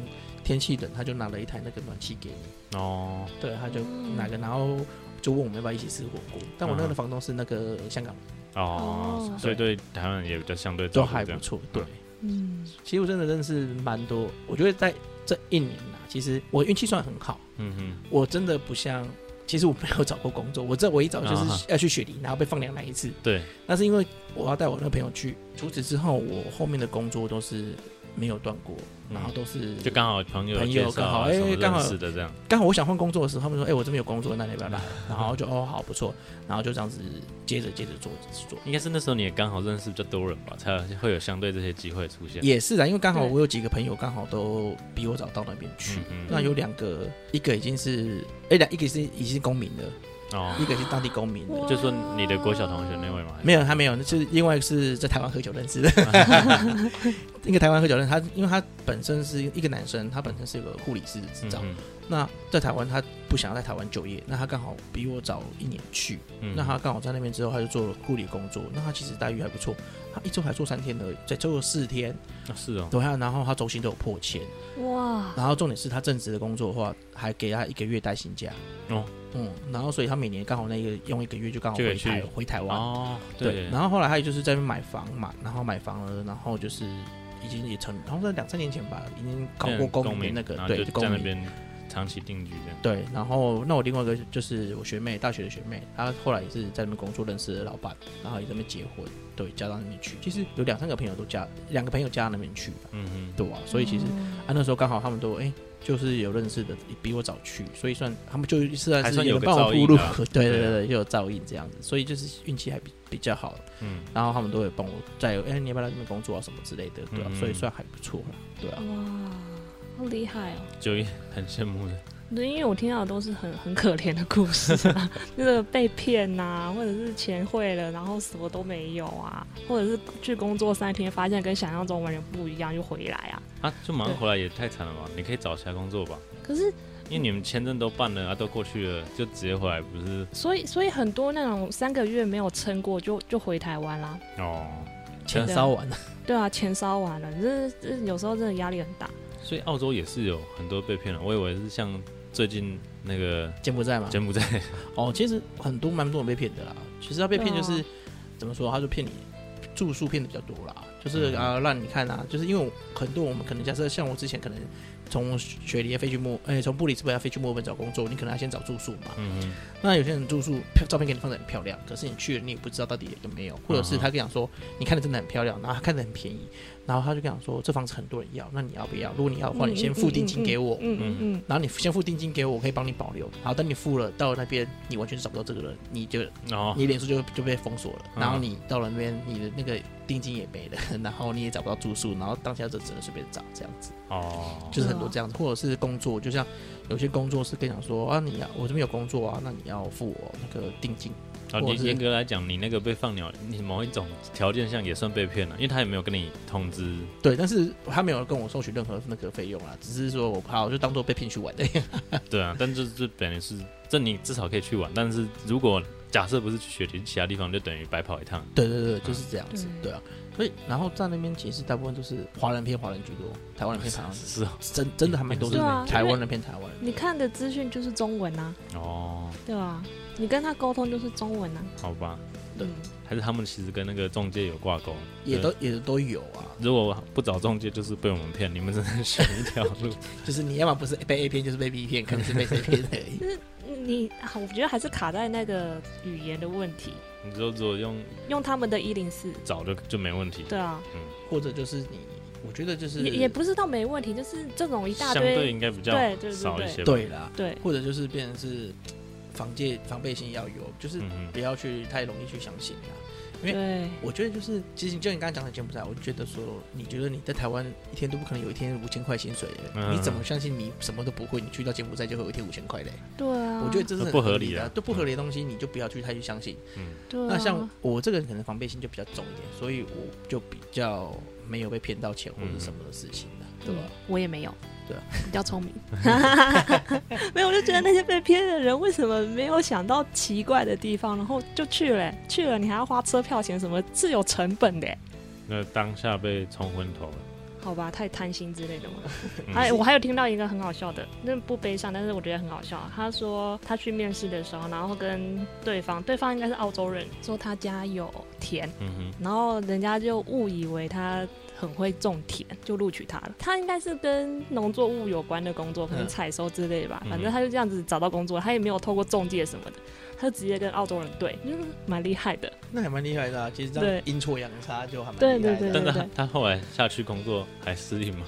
Speaker 1: 天气冷，他就拿了一台那个暖气给你，
Speaker 2: 哦，
Speaker 1: 对，他就
Speaker 3: 嗯
Speaker 1: 拿个，然后就问我们要不要一起吃火锅。但我那个房东是那个香港人，
Speaker 2: 哦
Speaker 3: 哦，
Speaker 2: 所以对台湾人也比较相对
Speaker 1: 都
Speaker 2: 照顾
Speaker 1: 还
Speaker 2: 这
Speaker 1: 不
Speaker 2: 样。
Speaker 1: 错。对，
Speaker 3: 嗯，
Speaker 1: 其实我真的认识蛮多，我觉得在这一年啊，其实我运气算很好，
Speaker 2: 嗯哼，
Speaker 1: 我真的不像。其实我没有找过工作， [laughs] 我这我一找就
Speaker 2: 啊哈
Speaker 1: 是要去雪梨，然后被放两来一次，
Speaker 2: 对，
Speaker 1: 那是因为我要带我那个朋友去。除此之后，我后面的工作都是没有断过，
Speaker 2: 嗯
Speaker 1: 然后都是
Speaker 2: 就刚好朋友
Speaker 1: 朋友
Speaker 2: 介绍
Speaker 1: 刚好
Speaker 2: 啊
Speaker 1: 哎
Speaker 2: 什么
Speaker 1: 刚好
Speaker 2: 认识的这样。
Speaker 1: 刚好我想换工作的时候，他们说：“哎、我这边有工作，那你要不要来？”
Speaker 2: 嗯
Speaker 1: 然后就哦，好不错，然后就这样子接着接着做接着做。
Speaker 2: 应该是那时候你也刚好认识比较多人吧，才有会有相对这些机会出现。
Speaker 1: 也是啊，因为刚好
Speaker 3: 对
Speaker 1: 我有几个朋友刚好都比我早到那边去。
Speaker 2: 嗯
Speaker 1: 那有两个，一个已经是哎两、一个是已经是公民了，
Speaker 2: 哼，哦，
Speaker 1: 一个是当地公民了。
Speaker 2: 就说你的国小同学那位嘛，
Speaker 1: 没有，他没有，就是另外一个是在台湾喝酒认识的，一个台湾喝酒认识他，因为他本身是一个男生，他本身是个护理师执
Speaker 2: 嗯
Speaker 1: 照。
Speaker 2: 哼，
Speaker 1: 那在台湾他不想要在台湾就业，那他刚好比我早一年去，
Speaker 2: 嗯
Speaker 1: 那他刚好在那边之后，他就做了护理工作，那他其实待遇还不错，他一周才做三天而已，才做了四天，
Speaker 2: 哦是哦，
Speaker 1: 对，还啊有然后他周薪都有破千，
Speaker 3: 哇，
Speaker 1: 然后重点是他正职的工作的话，还给他一个月带薪假，
Speaker 2: 哦，
Speaker 1: 嗯，然后所以他每年刚好那个用一个月就刚好
Speaker 2: 就可
Speaker 1: 回
Speaker 2: 以
Speaker 1: 台
Speaker 2: 去
Speaker 1: 回台湾，
Speaker 2: 哦，
Speaker 1: 对，然后后来他也就是在那边买房嘛，然后买房了，然后就是已经也成，然后在两三年前吧，已经考过
Speaker 2: 嗯公
Speaker 1: 公民的那
Speaker 2: 然
Speaker 1: 个
Speaker 2: 后
Speaker 1: 对
Speaker 2: 就在
Speaker 1: 公
Speaker 2: 那
Speaker 1: 民。
Speaker 2: 边长期定居这样。
Speaker 1: 对，然后那我另外一个就是我学妹，大学的学妹，她后来也是在那边工作认识的老板，然后也在那边结婚，对，嫁到那边去。其实有两三个朋友都嫁，两个朋友嫁到那边去，
Speaker 2: 嗯哼，
Speaker 1: 对啊，所以其实、啊那时候刚好他们都哎、就是有认识的比我早去，所以算他们就是算
Speaker 2: 还
Speaker 1: 是
Speaker 2: 算有
Speaker 1: 人
Speaker 2: 个
Speaker 1: 帮我
Speaker 2: 照
Speaker 1: 铺
Speaker 2: 应
Speaker 1: 路
Speaker 2: 啊，
Speaker 1: [laughs] 对对
Speaker 2: 对
Speaker 1: 对
Speaker 2: 啊
Speaker 1: 对，就有照应这样子，所以就是运气还比比较好，
Speaker 2: 嗯，
Speaker 1: 然后他们都会帮我在哎、你要不要来这边工作啊什么之类的，对啊，
Speaker 2: 嗯
Speaker 1: 所以算还不错啦，对啊，
Speaker 3: 嗯哇，好厉害哦！
Speaker 2: 就很羡慕的。
Speaker 3: 对，因为我听到的都是很很可怜的故事啊， [laughs] 那个被骗呐、或者是钱汇了，然后什么都没有啊，或者是去工作三天，发现跟想象中完全不一样，又回来啊。
Speaker 2: 啊，就马上
Speaker 3: 对
Speaker 2: 回来也太惨了吧？你可以找其他工作吧，
Speaker 3: 可是，
Speaker 2: 因为你们签证都办了啊，都过去了，就直接回来不是？
Speaker 3: 所以所以很多那种三个月没有撑过就就回台湾啦。
Speaker 2: 哦，
Speaker 1: 钱
Speaker 3: 对啊
Speaker 1: 烧完了，
Speaker 3: 对啊，钱烧完了，这这有时候真的压力很大。
Speaker 2: 所以澳洲也是有很多被骗了，我以为是像最近那个
Speaker 1: 柬埔寨嘛，
Speaker 2: 柬埔寨，
Speaker 1: 哦，其实很多蛮多人被骗的啦。其实他被骗就是、
Speaker 3: 对啊
Speaker 1: 怎么说，他就骗你住宿骗的比较多啦，就是
Speaker 2: 嗯
Speaker 1: 啊、让你看啊，就是因为我很多我们可能假设像我之前可能从雪梨飞去墨，哎、从布里斯本要飞去墨尔本找工作，你可能要先找住宿嘛。
Speaker 2: 嗯 [laughs] 哼，
Speaker 1: 那有些人住宿漂照片给你放的很漂亮，可是你去了你也不知道到底有没有，或者是
Speaker 2: 嗯哼
Speaker 1: 他跟你讲说你看的真的很漂亮，然后他看的很便宜，然后他就跟你讲说这房子很多人要，那你要不要？如果你要的话，
Speaker 3: 嗯
Speaker 1: 你先付定金给我。
Speaker 3: 嗯嗯嗯，
Speaker 1: 然后你先付定金给我，我可以帮你保留。好，等你付了，到了那边你完全找不到这个人，你就
Speaker 2: 哦，
Speaker 1: 你脸书就就被封锁了，
Speaker 2: 嗯
Speaker 1: 然后你到了那边，你的那个定金也没了， [laughs] 然后你也找不到住宿，然后当下就只能随便找这样子，
Speaker 2: 哦，
Speaker 1: 就是很多这样子，或者是工作，就像有些工作是跟你讲说啊，你要我这边有工作啊，那你要付我那个定金，或
Speaker 2: 哦，你
Speaker 1: 者是
Speaker 2: 严格来讲，你那个被放鸟，你某一种条件下也算被骗了，因为他也没有跟你通知。
Speaker 1: 对，但是他没有跟我收取任何那个费用啦，只是说我怕我就当做被骗去
Speaker 2: [laughs]
Speaker 1: 玩的，
Speaker 2: 对 [laughs] 啊，但就是等于是，这你至少可以去玩，但是如果假设不是去雪梨，其他地方就等于白跑一趟。
Speaker 1: 对对对，就是这样子，
Speaker 2: 嗯
Speaker 1: 对
Speaker 3: 对
Speaker 1: 啊，所以然后在那边其实大部分都是华人骗华人居多，台湾人骗台湾人，
Speaker 2: 是哦，
Speaker 1: 真真的还蛮多是
Speaker 3: 对啊
Speaker 1: 台湾人骗台湾人，
Speaker 3: 你看的资讯就是中文啊，
Speaker 2: 哦，
Speaker 3: 对吧、你跟他沟通就是中文啊。
Speaker 2: 好吧，
Speaker 1: 对
Speaker 3: 嗯，
Speaker 2: 还是他们其实跟那个中介有挂钩，
Speaker 1: 也都
Speaker 2: 对
Speaker 1: 也都有啊，
Speaker 2: 如果不找中介，就是被我们骗，你们真的选一条路。 [laughs]
Speaker 1: 就是你要么不是被 A 骗，就是被 B 骗，
Speaker 3: [laughs]
Speaker 1: 可能是被 C 骗而已。
Speaker 3: 嗯你啊我觉得还是卡在那个语言的问题，
Speaker 2: 你就如果用
Speaker 3: 用他们的一零四。
Speaker 2: 找就就没问题。
Speaker 3: 对啊，
Speaker 1: 或者就是你，我觉得就是
Speaker 3: 也也不是到没问题，就是这种一大
Speaker 2: 相对
Speaker 3: 堆，
Speaker 2: 应该比较
Speaker 3: 对对对
Speaker 2: 少一些吧。
Speaker 1: 对啦，
Speaker 3: 对
Speaker 1: 或者就是变成是防戒防备心要有，就是
Speaker 2: 嗯嗯
Speaker 1: 不要去太容易去相信啦。因为
Speaker 3: 对
Speaker 1: 我觉得就是，其实就你刚刚讲的柬埔寨，我觉得说，你觉得你在台湾一天都不可能有一天五千块薪水的，
Speaker 2: 嗯
Speaker 1: 你怎么相信你什么都不会，你去到柬埔寨就会有一天五千块嘞？
Speaker 3: 对啊，
Speaker 1: 我觉得这是很
Speaker 2: 不合理
Speaker 1: 的啊
Speaker 2: 的，
Speaker 1: 对不合理的东西你就不要去太去相信。
Speaker 3: 对啊
Speaker 1: 那像我这个人可能防备心就比较重一点，所以我就比较没有被骗到钱或者什么的事情的，对吧？
Speaker 3: 嗯我也没有，
Speaker 1: 对啊，
Speaker 3: 比较 [laughs] 聪明。没有，我就觉得那些被骗的人为什么没有想到奇怪的地方，然后就去了、去了你还要花车票钱，什么是有成本的、
Speaker 2: 那当下被冲昏头了。
Speaker 3: 好吧，太贪心之 [laughs] 类的嘛。
Speaker 2: 嗯
Speaker 3: 哎，我还有听到一个很好笑的，那不悲伤，但是我觉得很好笑。啊他说他去面试的时候，然后跟对方，对方应该是澳洲人，说他家有田，
Speaker 2: 嗯
Speaker 3: 然后人家就误以为他很会种田，就录取他了。他应该是跟农作物有关的工作，可能
Speaker 1: 嗯
Speaker 3: 采收之类的吧。
Speaker 2: 嗯
Speaker 3: 反正他就这样子找到工作，他也没有透过中介什么的，他就直接跟澳洲人对，嗯，蛮厉害的。
Speaker 1: 那还蛮厉害的、啊，其实这
Speaker 3: 对
Speaker 1: 样阴错阳差就还蛮
Speaker 3: 对
Speaker 1: 厉害的啊。
Speaker 3: 对
Speaker 2: 哼，但是
Speaker 3: 对
Speaker 2: 他他后来下去工作还适应吗？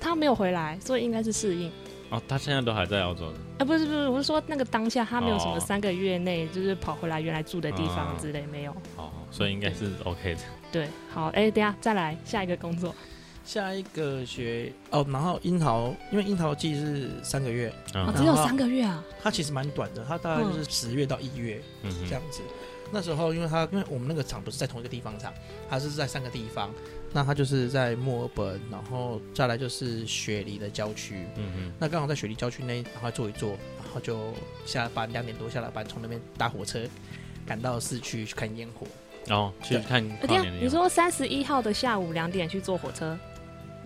Speaker 3: 他没有回来，所以应该是适应。
Speaker 2: 哦，他现在都还在澳洲呢。
Speaker 3: 啊，不是不是，我是说那个当下他没有什么
Speaker 2: 哦
Speaker 3: 三个月内就是跑回来原来住的地方
Speaker 2: 嗯
Speaker 3: 之类，没有。
Speaker 2: 哦，所以应该是 OK 的。
Speaker 3: 对，好，哎、等一下再来下一个工作，
Speaker 1: 下一个学哦，然后樱桃，因为樱桃季是三个月，
Speaker 3: 哦
Speaker 2: 嗯，
Speaker 3: 只有三个月啊，
Speaker 1: 它其实蛮短的，它大概就是十月到一月
Speaker 2: 嗯
Speaker 1: 这
Speaker 2: 哼，
Speaker 1: 样子。那时候，因为它因为我们那个厂不是在同一个地方厂，它是在三个地方。那它就是在墨尔本，然后再来就是雪梨的郊区。
Speaker 2: 嗯
Speaker 1: 那刚好在雪梨郊区那一，然后坐一坐，然后就下班两点多下了班，从那边搭火车赶到市区去看烟火。
Speaker 2: 哼，哦，去
Speaker 1: 对
Speaker 2: 看
Speaker 3: 哎、
Speaker 2: 跨
Speaker 3: 等
Speaker 2: 年
Speaker 3: 一下
Speaker 2: 的
Speaker 3: 你
Speaker 2: 烟火
Speaker 3: 说三十一号的下午两点去坐火车，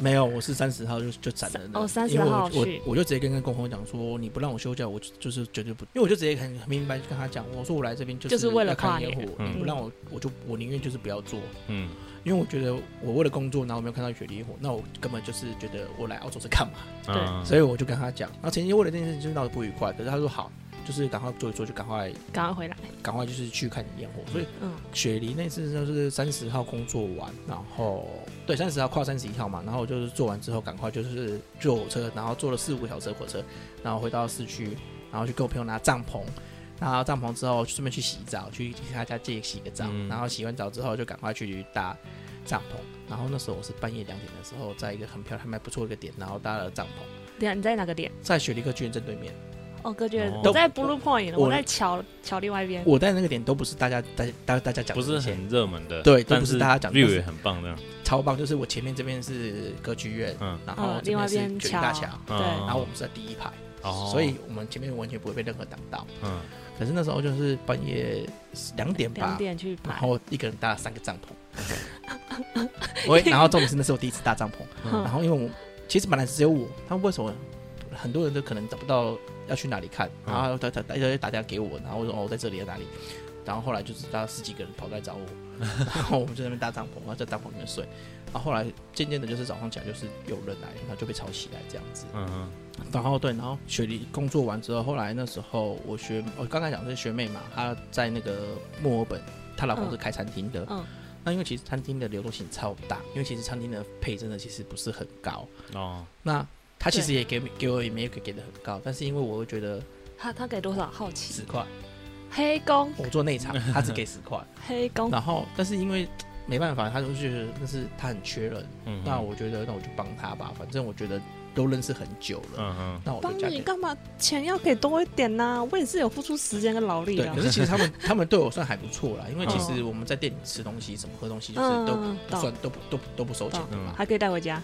Speaker 1: 没有，我是三十号就就斩了
Speaker 3: 三
Speaker 1: 那个。
Speaker 3: 哦30
Speaker 1: 因为我
Speaker 3: 号
Speaker 1: 我
Speaker 3: 去
Speaker 1: 我就直接跟跟工红讲说，你不让我休假，我就就是绝对不，因为我就直接很明白跟他讲，我说我来这边就
Speaker 3: 就是为了
Speaker 1: 要看
Speaker 3: 跨
Speaker 1: 烟
Speaker 3: 年
Speaker 1: 火，
Speaker 2: 嗯
Speaker 1: 你不让我，我就我宁愿就是不要做，
Speaker 2: 嗯，
Speaker 1: 因为我觉得我为了工作，然后我没有看到雪梨烟火，那我根本就是觉得我来澳洲是干嘛？
Speaker 3: 对
Speaker 2: 嗯
Speaker 1: 所以我就跟他讲，然后曾经为了这件事情就是闹得不愉快，可是他说好，就是赶快做一做，就赶快
Speaker 3: 赶快回来。
Speaker 1: 赶快就是去看烟火，所以
Speaker 3: 嗯，
Speaker 1: 雪梨那次就是三十号工作完，然后对三十号跨三十一号嘛，然后我就是做完之后赶快就是坐火车，然后坐了四五个小时的火车，然后回到市区，然后去跟我朋友拿帐篷，拿到帐篷之后顺便去洗澡，去他家借洗个澡，
Speaker 2: 嗯
Speaker 1: 然后洗完澡之后就赶快去搭帐篷，然后那时候我是半夜两点的时候，在一个很漂亮还蛮不错的一个点，然后搭了帐篷，
Speaker 3: 等一下你在哪个点？
Speaker 1: 在雪梨歌剧院正对面，
Speaker 3: 哦，哥觉
Speaker 2: 哦
Speaker 3: 得我在 Blue Point，
Speaker 1: 我
Speaker 3: 我在桥桥另外一边。
Speaker 1: 我在那个点都不是大家大家大家大家讲的
Speaker 2: 不是
Speaker 1: 那些
Speaker 2: 很热门的，
Speaker 1: 对都
Speaker 2: 但
Speaker 1: 不是大家讲
Speaker 2: view
Speaker 1: 但是
Speaker 2: 也很棒这样。
Speaker 1: 超棒，就是我前面这边是歌剧院，
Speaker 2: 嗯
Speaker 1: 然后这
Speaker 3: 另外
Speaker 1: 边是
Speaker 3: 一边
Speaker 1: 九
Speaker 3: 桥
Speaker 1: 一大桥，
Speaker 3: 对，
Speaker 2: 嗯
Speaker 1: 然后我们是在第一排，
Speaker 2: 哦，
Speaker 1: 所以我们前面完全不会被任何挡到。
Speaker 2: 嗯
Speaker 1: 可是那时候就是半夜两点
Speaker 3: 两
Speaker 1: 吧，
Speaker 3: 点去
Speaker 1: 然
Speaker 3: 排。
Speaker 1: 后一个人搭了三个帐篷，
Speaker 3: [laughs]
Speaker 1: 我也然后重点是那是我第一次搭帐篷，然后因为我其实本来只有我，他们为什么很多人都可能找不到要去哪里看，
Speaker 2: 嗯
Speaker 1: 然后他他他就打电话给我，然后我说哦我在这里在哪里，然后后来就是大概十几个人跑过来找我， [laughs] 然后我们就在那边搭帐篷，然后在帐篷里面睡，然后后来渐渐的就是早上起来就是有人来，然后就被吵起来这样子，
Speaker 2: 嗯嗯
Speaker 1: 然后对，然后雪梨工作完之后，后来那时候我学我刚才讲的是学妹嘛，她在那个墨尔本，她老公是开餐厅的，
Speaker 3: 嗯
Speaker 1: 那因为其实餐厅的流动性超大，因为其实餐厅的配真的其实不是很高，
Speaker 2: 哦，
Speaker 1: 那他其实也给给我也没有给的很高，但是因为我会觉得
Speaker 3: 他他给多少？好奇。
Speaker 1: 十块，
Speaker 3: 黑工，
Speaker 2: 嗯
Speaker 1: 我做内
Speaker 2: [laughs]
Speaker 1: 场他只给十块，
Speaker 3: 黑
Speaker 2: 哦
Speaker 3: 工。
Speaker 1: 然后但是因为没办法，他就觉得那是他很缺人，
Speaker 2: 嗯哼
Speaker 1: 那我觉得那我就帮他吧，反正我觉得都认识很久了，
Speaker 2: 嗯嗯
Speaker 1: 那我
Speaker 3: 帮
Speaker 1: 就加
Speaker 3: 你
Speaker 1: 点。
Speaker 3: 干嘛？钱要给多一点呐、我也是有付出时间跟劳力啊
Speaker 1: 对
Speaker 3: 的，
Speaker 1: 可。是其实他们他们对我算还不错啦，因为其实
Speaker 3: 嗯
Speaker 1: 我们在店里吃东西什么喝东西就是都
Speaker 3: 嗯
Speaker 1: 不算都不都不都不收钱的
Speaker 2: 懂
Speaker 1: 嘛。
Speaker 3: 还可以带回家。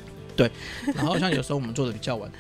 Speaker 1: 然后像有时候我们做的比较晚，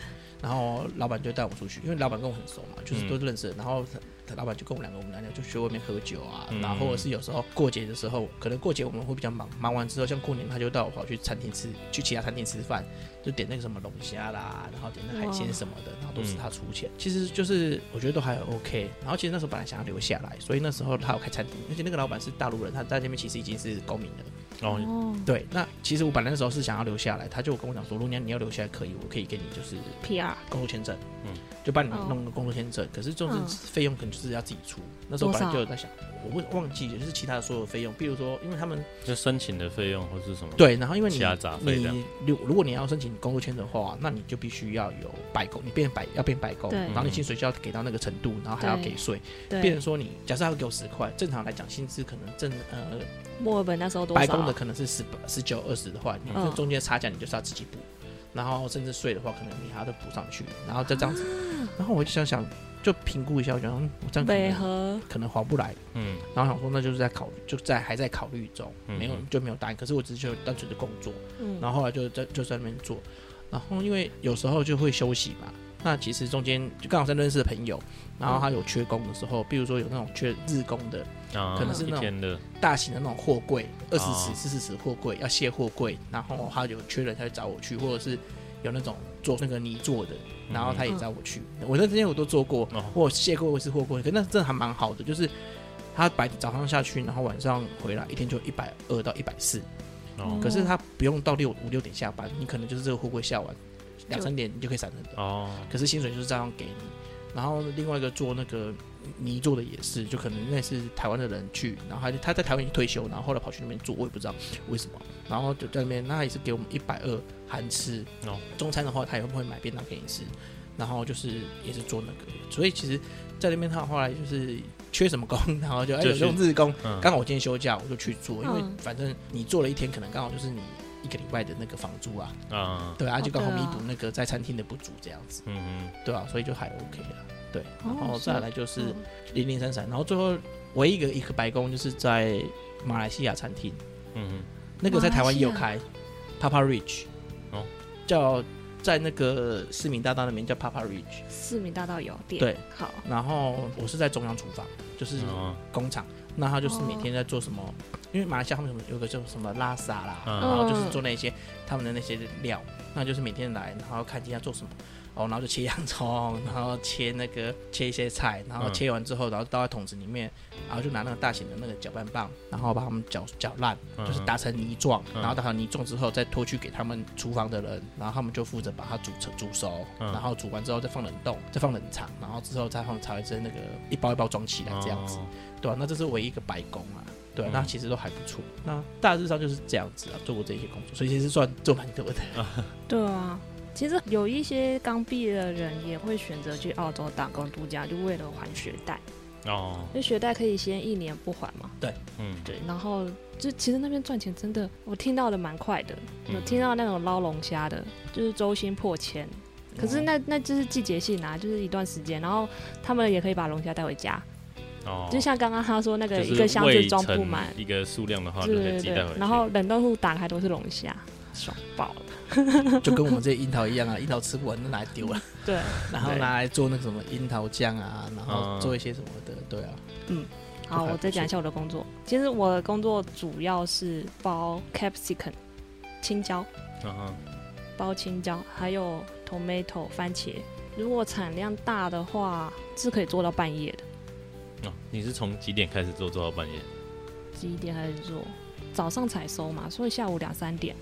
Speaker 1: 然后老板就带我们出去，因为老板跟我很熟嘛，就是都认识的。然后他老板就跟我们两个，我们两个就去外面喝酒啊，
Speaker 2: 嗯
Speaker 1: 然后或者是有时候过节的时候，可能过节我们会比较忙，忙完之后像过年他就带我跑去餐厅吃，去其他餐厅吃饭，就点那个什么龙虾啦，然后点那海鲜什么的，然后都是他出钱。其实就是我觉得都还 OK。然后其实那时候本来想要留下来，所以那时候他有开餐厅，而且那个老板是大陆人，他在那边其实已经是公民了。
Speaker 2: 哦，
Speaker 3: 哦，
Speaker 1: 对，那其实我本来那时候是想要留下来，他就跟我讲说，如果你要留下来可以，我可以给你就是
Speaker 3: PR
Speaker 1: 工作签证，
Speaker 2: 嗯哦
Speaker 1: 就帮你
Speaker 3: 哦
Speaker 1: 弄个工作签证。可是这种
Speaker 3: 嗯
Speaker 1: 费用可能就就是要自己出。那时候本
Speaker 3: 多
Speaker 1: 来
Speaker 3: 少
Speaker 1: 就有在想，我忘忘记了就是其他的所有费用，比如说，因为他们
Speaker 2: 就申请的费用或是什么？，
Speaker 1: 对，然后因为你
Speaker 2: 其他杂费这样
Speaker 1: 你如如果你要申请工作签证的话，那你就必须要有白工，你变白要变白工，
Speaker 3: 对
Speaker 1: 然后你薪水就要给到那个程度，然后还要
Speaker 3: 对
Speaker 1: 给税，变
Speaker 3: 对
Speaker 1: 成，说你假设他要给我十块，正常来讲薪资可能正呃
Speaker 3: 墨尔本那时候多
Speaker 1: 白
Speaker 3: 少
Speaker 1: 工的
Speaker 3: 啊？
Speaker 1: 可能是十十九二十的话，你
Speaker 3: 嗯
Speaker 1: 这中间差价你就是要自己补，然后甚至税的话，可能你还要再补上去，然后再这样子，
Speaker 3: 啊
Speaker 1: 然后我就想想就评估一下，我想嗯我这样可
Speaker 3: 北
Speaker 1: 能
Speaker 3: 河
Speaker 1: 可能划不来，
Speaker 2: 嗯
Speaker 1: 然后想说那就是在考虑，就在还在考虑中，
Speaker 2: 嗯
Speaker 1: 没有就没有答案，可是我只是就单纯的工作。
Speaker 3: 嗯，
Speaker 1: 然后后来就在就在那边做，然后因为有时候就会休息嘛，那其实中间就刚好在认识的朋友，然后他有缺工的时候，比如说有那种缺日工的
Speaker 2: 啊，
Speaker 1: 可能是那
Speaker 2: 一
Speaker 1: 种
Speaker 2: 天的
Speaker 1: 大型的那种货柜，二十
Speaker 2: 哦
Speaker 1: 尺、四十尺货柜要卸货柜，然后他有缺人他就找我去，或者是有那种做那个泥做的，然后他也找我去，我那之前我都做过，
Speaker 2: 嗯哦，
Speaker 1: 我有卸过一次货柜，可那真的还蛮好的，就是。他白早上下去，然后晚上回来，一天就一百二到一百四，
Speaker 2: 哦
Speaker 1: 可是他不用到六五六点下班，你可能就是这个货柜下完两
Speaker 3: 就
Speaker 1: 三点你就可以闪人的，
Speaker 2: 哦，
Speaker 1: 可是薪水就是这样给你。然后另外一个做那个泥做的也是，就可能那是台湾的人去，然后他就他在台湾已经退休，然后后来跑去那边做，我也不知道为什么。然后就在那边，那也是给我们一百二含吃。
Speaker 2: 哦
Speaker 1: 中餐的话，他也会买便当给你吃。然后就是也是做那个，所以其实，在那边他后来就是缺什么工，然后就哎
Speaker 2: 就
Speaker 1: 有
Speaker 2: 去
Speaker 1: 这种日工，
Speaker 2: 嗯
Speaker 1: 刚好我今天休假，我就去做，因为
Speaker 3: 嗯
Speaker 1: 反正你做了一天，可能刚好就是你一个礼拜的那个房租啊，
Speaker 2: 啊，
Speaker 1: 对啊，
Speaker 3: 哦
Speaker 1: 就刚好
Speaker 3: 对
Speaker 1: 弥
Speaker 3: 啊
Speaker 1: 补那个在餐厅的不足这样子，
Speaker 2: 嗯
Speaker 1: 对啊，所以就还 OK 了，对。然
Speaker 3: 哦
Speaker 1: 后
Speaker 3: 是
Speaker 1: 再来就是
Speaker 3: 嗯
Speaker 1: 零零散散，然后最后唯一一个一个白宫就是在马来西亚餐厅，
Speaker 2: 嗯嗯
Speaker 1: 那个在台湾也有
Speaker 3: 马
Speaker 1: 开，Papa Rich，
Speaker 2: 哦，
Speaker 1: 叫在那个市民大道那边叫 Papa Rich，
Speaker 3: 市民大道有店，
Speaker 1: 对，
Speaker 3: 好，
Speaker 1: 然后我是在中央厨房，就是
Speaker 2: 嗯哦
Speaker 1: 工厂，那他
Speaker 3: 哦
Speaker 1: 就是每天在做什么？因为马来西亚他们有有个叫什么拉萨啦，
Speaker 2: 嗯
Speaker 1: 然
Speaker 3: 哦
Speaker 1: 后就是做那些他们的那些料，那就是每天来，然后看今天要做什么，哦，然后就切洋葱，然后切那个切一些菜，然后
Speaker 2: 嗯
Speaker 1: 切完之后，然后倒在桶子里面，然后就拿那个大型的那个搅拌棒，然后把它们搅搅烂，
Speaker 2: 嗯
Speaker 1: 就是打成泥状，
Speaker 2: 嗯
Speaker 1: 然后打成泥状之后再拖去给他们厨房的人，然后他们就负责把它煮成煮熟，
Speaker 2: 嗯
Speaker 1: 然后煮完之后再放冷冻，再放冷藏，然后之后再放才会那个一包一包装起来这样子。
Speaker 2: 哦
Speaker 1: 对啊，那这是唯一一个白工啊。对啊
Speaker 2: 嗯，
Speaker 1: 那其实都还不错。那大致上就是这样子啊，做过这些工作，所以其实算做蛮多的。
Speaker 3: 对啊，其实有一些刚毕业的人也会选择去澳洲打工度假，就为了还学贷，
Speaker 2: 哦，
Speaker 3: 因为学贷可以先一年不还嘛。
Speaker 2: 嗯，
Speaker 1: 对
Speaker 3: 然后就其实那边赚钱真的，我听到的蛮快的，
Speaker 2: 嗯
Speaker 3: 有听到那种捞龙虾的，就是周薪破千。 [laughs] 可
Speaker 2: 哦
Speaker 3: 是那那就是季节性啊，就是一段时间，然后他们也可以把龙虾带回家，
Speaker 2: 哦，
Speaker 3: 就像刚刚他说那个
Speaker 2: 就是
Speaker 3: 一个箱子
Speaker 2: 未
Speaker 3: 装不
Speaker 2: 成
Speaker 3: 满，
Speaker 2: 一个数量的话，
Speaker 3: 对
Speaker 2: 就可以
Speaker 3: 对
Speaker 2: 自己带回
Speaker 3: 对，
Speaker 2: 去。
Speaker 3: 然后冷冻库打开都是龙
Speaker 2: [laughs]
Speaker 3: 虾，爽爆了。
Speaker 1: 就跟我们这些樱桃一样啊，樱桃吃不完就拿来丢 [laughs] 了，
Speaker 3: 对，
Speaker 1: 然后拿来做那个什么樱桃酱啊，然后
Speaker 2: 嗯
Speaker 1: 做一些什么的，对啊。
Speaker 3: 好，
Speaker 1: 还
Speaker 3: 我
Speaker 1: 不
Speaker 3: 再讲一
Speaker 1: 错
Speaker 3: 下我的工作。其实我的工作主要是包 capsicum 青椒，
Speaker 2: 嗯哼
Speaker 3: 包青椒，还有 tomato 番茄。如果产量大的话，是可以做到半夜的。
Speaker 2: 哦，你是从几点开始做做到半夜？
Speaker 3: 几点开始做？早上采收嘛，所以下午两三点，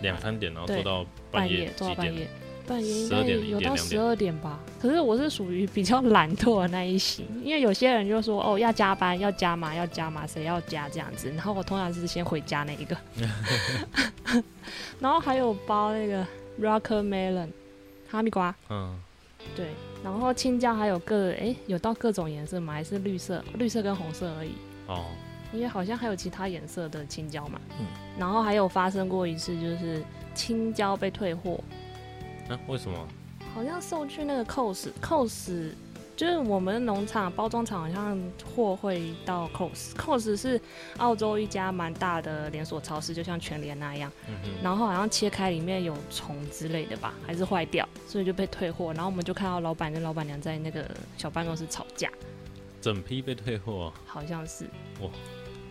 Speaker 2: 两三点，然后
Speaker 3: 对
Speaker 2: 做到
Speaker 3: 半
Speaker 2: 夜
Speaker 3: 做
Speaker 2: 几
Speaker 3: 到半
Speaker 2: 点？
Speaker 3: 夜，半夜应
Speaker 2: 12
Speaker 3: 该
Speaker 2: 点
Speaker 3: 有到
Speaker 2: 1点
Speaker 3: 十二点吧。可是我是属于比较懒惰的那一型，因为有些人就说哦要加班，要加嘛，要加嘛，谁要加这样子。然后我通常是先回家那 [laughs] 一个，然后还有包那个 rocker melon 哈密瓜，
Speaker 2: 嗯，
Speaker 3: 对，然后青椒还有各哎有到各种颜色吗？还是绿色？绿色跟红色而已。
Speaker 2: 哦，
Speaker 3: 因为好像还有其他颜色的青椒嘛。
Speaker 1: 嗯
Speaker 3: 然后还有发生过一次，就是青椒被退货，
Speaker 2: 那为什么？
Speaker 3: 好像送去那个 COS，COS 就是我们农场包装厂好像货会到 COS，COS 是澳洲一家蛮大的连锁超市，就像全联那样。
Speaker 2: 嗯哼，
Speaker 3: 然后好像切开里面有虫之类的吧，还是坏掉，所以就被退货。然后我们就看到老板跟老板娘在那个小办公室吵架，
Speaker 2: 整批被退货
Speaker 3: 好像是。
Speaker 2: 哇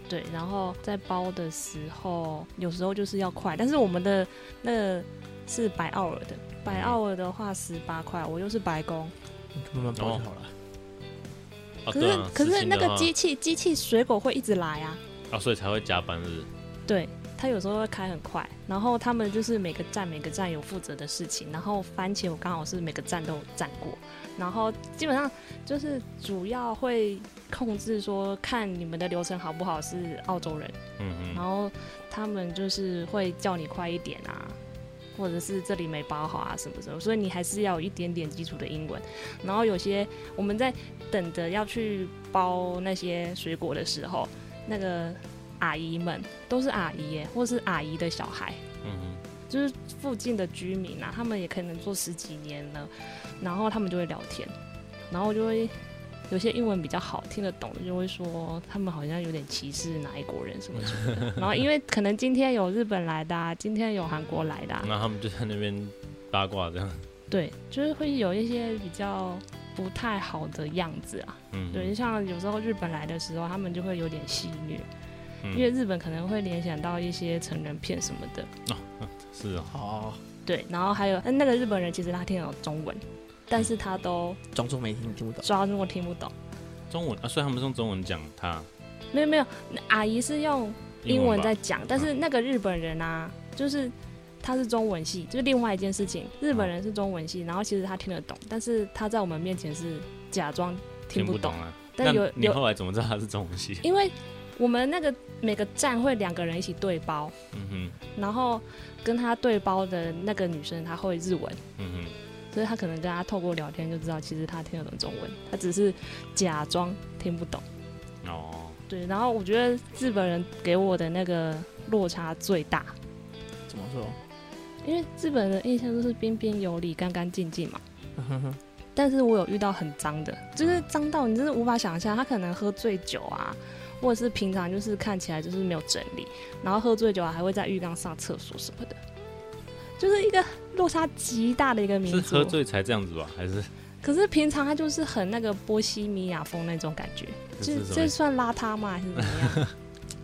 Speaker 3: 对，然后在包的时候，有时候就是要快，但是我们的那个是白奥尔的，白奥尔的话十八块，我又是白工，
Speaker 1: 嗯慢慢包就好了。
Speaker 2: 哦，啊
Speaker 3: 可
Speaker 2: 对
Speaker 3: 是、
Speaker 2: 啊
Speaker 3: 可
Speaker 2: 实
Speaker 3: 是
Speaker 2: 行
Speaker 3: 那
Speaker 2: 的
Speaker 3: 个
Speaker 2: 话
Speaker 3: 机器机器水果会一直来啊，
Speaker 2: 啊，所以才会加班日。
Speaker 3: 对他有时候会开很快，然后他们就是每个站每个站有负责的事情，然后番茄我刚好是每个站都有站过，然后基本上就是主要会控制说看你们的流程好不好是澳洲人，
Speaker 2: 嗯嗯，
Speaker 3: 然后他们就是会叫你快一点啊，或者是这里没包好啊什么什么，所以你还是要有一点点基础的英文。然后有些我们在等着要去包那些水果的时候，那个阿姨们都是阿姨耶，或是阿姨的小孩，
Speaker 2: 嗯
Speaker 3: 就是附近的居民啊，他们也可能做十几年了，然后他们就会聊天，然后就会有些英文比较好听得懂的就会说他们好像有点歧视哪一国人什么什么
Speaker 2: [laughs]
Speaker 3: 的，然后因为可能今天有日本来的、啊，今天有韩国来的、啊
Speaker 2: 哼，，那他们就在那边八卦这样，
Speaker 3: 对，就是会有一些比较不太好的样子啊，
Speaker 2: 嗯，
Speaker 3: 对，就像有时候日本来的时候，他们就会有点戏虐，
Speaker 2: 嗯，
Speaker 3: 因为日本可能会联想到一些成人片什么的，
Speaker 2: 是哦，
Speaker 1: 哦，
Speaker 3: 对，然后还有呃那个日本人其实他听得懂中文，但是他都
Speaker 1: 装作没听听不懂。
Speaker 3: 抓住我听不懂。
Speaker 2: 中文啊，所以他们是用中文讲他
Speaker 3: 没有没有，那阿姨是用英文
Speaker 2: 吧
Speaker 3: 在讲，但是那个日本人啊，就是他是中文系，就是另外一件事情。日本人是中文系，然后其实他听得懂，但是他在我们面前是假装听
Speaker 2: 听
Speaker 3: 不
Speaker 2: 不
Speaker 3: 懂
Speaker 2: 懂。啊。
Speaker 3: 但有
Speaker 2: 那你
Speaker 3: 有，
Speaker 2: 后来怎么知道他是中文系？
Speaker 3: 因为我们那个每个站会两个人一起对包，
Speaker 2: 嗯哼，
Speaker 3: 然后跟他对包的那个女生她会日文，
Speaker 2: 嗯
Speaker 3: 所以他可能跟他透过聊天就知道，其实他听得懂中文，他只是假装听不懂。
Speaker 2: 哼，哦，
Speaker 3: 对，然后我觉得日本人给我的那个落差最大，
Speaker 1: 怎么说？
Speaker 3: 因为日本人的印象都是彬彬有礼、干干净净嘛。但是我有遇到很脏的，就是脏到你真是无法想象，他可能喝醉酒啊，或者是平常就是看起来就是没有整理，然后喝醉酒啊还会在浴缸上厕所什么的，就是一个落差极大的一个民
Speaker 2: 是
Speaker 3: 族。
Speaker 2: 喝醉才这样子吧？还是
Speaker 3: 可是平常他就是很那个波西米亚风那种感觉，
Speaker 2: 这
Speaker 3: 就是
Speaker 2: 什么
Speaker 3: 这算邋遢吗？还是怎么样？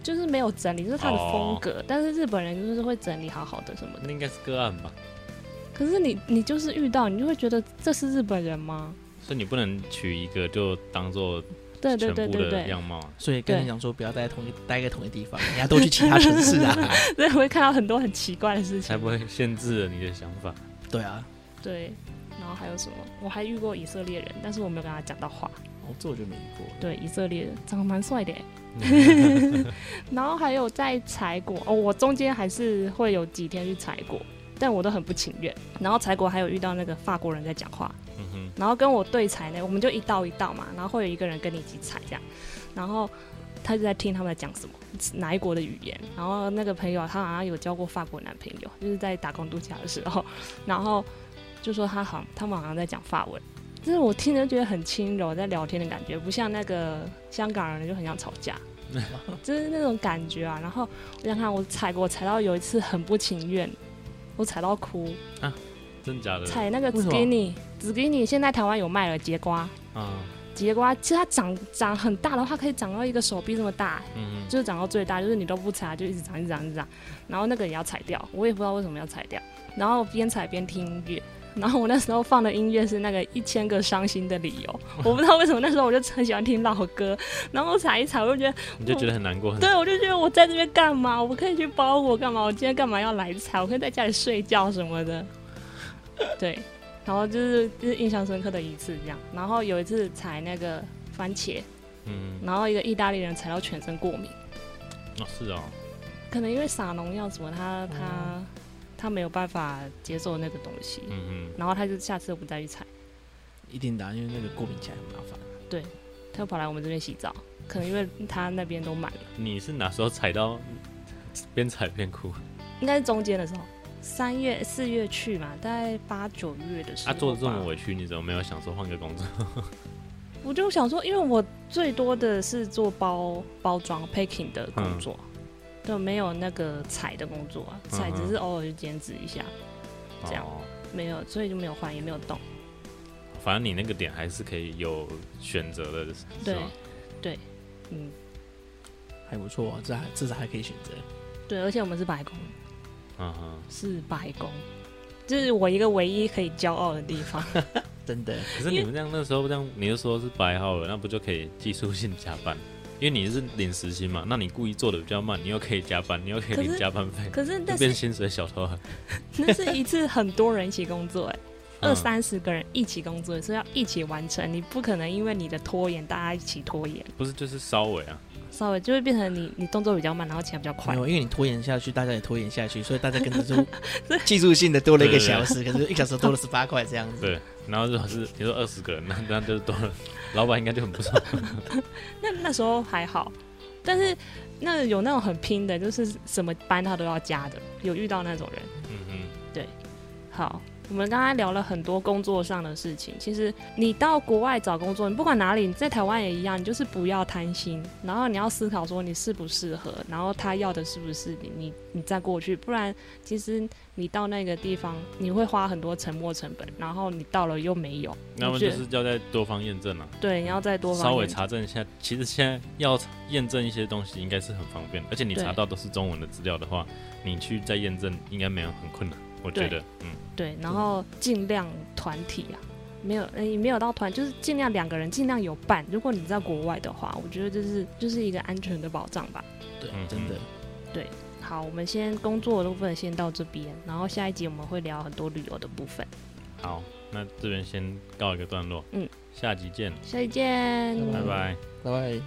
Speaker 3: 就是没有整理，就是他的风格。
Speaker 2: 哦
Speaker 3: 但是日本人就是会整理好好的什么的。
Speaker 2: 那应该是个案吧？
Speaker 3: 可是你你就是遇到，你就会觉得这是日本人吗？
Speaker 2: 所以你不能取一个就当做
Speaker 3: 对对
Speaker 2: 全
Speaker 3: 对
Speaker 2: 部
Speaker 3: 对
Speaker 2: 的
Speaker 3: 对，
Speaker 2: 样貌啊。
Speaker 1: 所以跟你讲说，不要待在同一待在同一地方，你要多去其他城市 [laughs] 啊。
Speaker 3: [laughs] 对，会看到很多很奇怪的事
Speaker 2: 才
Speaker 3: 情。
Speaker 2: 不会限制了你的想
Speaker 3: [laughs]
Speaker 2: 法。
Speaker 1: 对啊，
Speaker 3: 对，然后还有什么？我还遇过以色列人，但是我没有跟他讲到话。
Speaker 1: 哦，这我就没遇过。
Speaker 3: 对，以色列人长得蛮帅的耶。
Speaker 2: 嗯
Speaker 3: 然后还有在采果哦，我中间还是会有几天去采果，但我都很不情愿。然后采果还有遇到那个法国人在讲话，
Speaker 2: 嗯哼，
Speaker 3: 然后跟我对采呢，我们就一道一道嘛，然后会有一个人跟你一起采这样，然后他就在听他们在讲什么，哪一国的语言。然后那个朋友他好像有交过法国男朋友，就是在打工度假的时候，然后就说他好像他们好像在讲法文，就是我听着觉得很轻柔，在聊天的感觉，不像那个香港人就很想吵架。就是那种感觉啊，然后我想看我踩过，我踩到有一次很不情愿，我踩到哭，
Speaker 2: 真假的？
Speaker 3: 踩那个
Speaker 1: 为什么
Speaker 3: zucchini，zucchini 现在台湾有卖了节瓜，
Speaker 2: 啊，
Speaker 3: 节瓜其实它长长很大的话，可以长到一个手臂这么大，
Speaker 2: 嗯
Speaker 3: 就是长到最大，就是你都不踩，就一直长，一直长，一直长。然后那个也要踩掉，我也不知道为什么要踩掉。然后边踩边听音乐，然后我那时候放的音乐是那个一千个伤心的理由，我不知道为什么那时候我就很喜欢听老歌，然后踩一踩，我就觉得，
Speaker 2: 哼，你就觉得很难过。很
Speaker 3: 对我就觉得我在这边干嘛？我可以去包裹干嘛？我今天干嘛要来踩？我可以在家里睡觉什么的。对，然后就是就是印象深刻的一次这样。然后有一次踩那个番茄，
Speaker 2: 嗯，
Speaker 3: 然后一个意大利人踩到全身过敏。
Speaker 2: 哦，是哦，
Speaker 3: 可能因为撒农药什么，他他、他没有办法接受那个东西，
Speaker 2: 嗯
Speaker 3: 然后他就下次就不再去采，
Speaker 1: 一定的啊，因为那个过敏起来很麻烦。
Speaker 3: 他就跑来我们这边洗澡。可能因为他那边都满了，
Speaker 2: 哼，你是哪时候踩到边踩边哭？
Speaker 3: 应该是中间的时候，三月四月去嘛，大概八九月的时候
Speaker 2: 啊，
Speaker 3: 吧。
Speaker 2: 做的这么委屈，你怎么没有想说换个工作？
Speaker 3: 我就想说，因为我最多的是做包包装 packing 的工作，
Speaker 2: 嗯
Speaker 3: 就没有那个采的工作啊，采只是偶尔去兼职一下，这样
Speaker 2: 哦，
Speaker 3: 没有，所以就没有换，也没有动。
Speaker 2: 反正你那个点还是可以有选择的，是吧
Speaker 3: 对，对，嗯，
Speaker 1: 还不错，啊这还至少还可以选择。
Speaker 3: 对，而且我们是白工。
Speaker 2: 嗯哼。
Speaker 3: 是白宫，这是我一个唯一可以骄傲的地方。 [laughs]
Speaker 1: 真的，
Speaker 2: 可是你们这样那时候这样，你就说是白号了，那不就可以技术性加班？因为你是领时薪嘛，那你故意做的比较慢，你又可以加班，你又可以
Speaker 3: 可是
Speaker 2: 领加班费，
Speaker 3: 可是
Speaker 2: 就
Speaker 3: 那
Speaker 2: 变
Speaker 3: 是
Speaker 2: 薪水小偷啊。
Speaker 3: 那是一次很多人一起工作、哎，
Speaker 2: 嗯
Speaker 3: 二三十个人一起工作，是要一起完成，你不可能因为你的拖延，大家一起拖延，
Speaker 2: 嗯不是就是稍微啊，
Speaker 3: 稍微就会变成你你动作比较慢，然后起来比较快
Speaker 1: 没。有，因为你拖延下去，大家也拖延下去，所以大家跟着
Speaker 2: [laughs]
Speaker 1: 就技术性的多了一个小时，可是一小时多了十八块这样子。
Speaker 2: 对。然后如果是你说二十个人，那那就是多了，老板应该就很不爽。
Speaker 3: 那那时候还好，但是那有那种很拼的，就是什么班他都要加的，有遇到那种人。
Speaker 2: 嗯嗯，
Speaker 3: 好，我们刚刚聊了很多工作上的事情。其实你到国外找工作，你不管哪里，你在台湾也一样，你就是不要贪心，然后你要思考说你适不适合，然后他要的是不是你，你你再过去，不然其实你到那个地方，你会花很多沉没成本，然后你到了又没有，
Speaker 2: 那么就是要再多方验证啊，
Speaker 3: 对，你要再多
Speaker 2: 稍
Speaker 3: 方
Speaker 2: 微
Speaker 3: 面
Speaker 2: 查证一下。其实现在要验证一些东西应该是很方便，而且你
Speaker 3: 对
Speaker 2: 查到都是中文的资料的话，你去再验证应该没有很困难，我觉
Speaker 3: 对
Speaker 2: 得。嗯，
Speaker 3: 对，然后尽量团体啊，没有，呃也没有到团，就是尽量两个人，尽量有伴。如果你在国外的话，我觉得这是就是一个安全的保障吧。
Speaker 1: 对
Speaker 2: 嗯
Speaker 1: 真的。
Speaker 3: 好，我们先工作的部分先到这边，然后下一集我们会聊很多旅游的部分。
Speaker 2: 好，那这边先告一个段落。
Speaker 3: 嗯，
Speaker 2: 下集见，
Speaker 3: 下期见，
Speaker 1: 嗯
Speaker 2: 拜拜。
Speaker 1: 拜拜。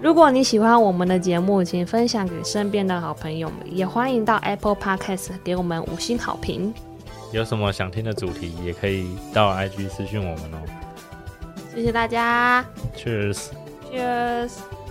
Speaker 3: 如果你喜欢我们的节目，请分享给身边的好朋友们，也欢迎到 Apple Podcast 给我们五星好评。
Speaker 2: 有什么想听的主题，也可以到 IG 私讯我们哦。
Speaker 3: 谢谢大家。
Speaker 2: Cheers。
Speaker 4: Cheers。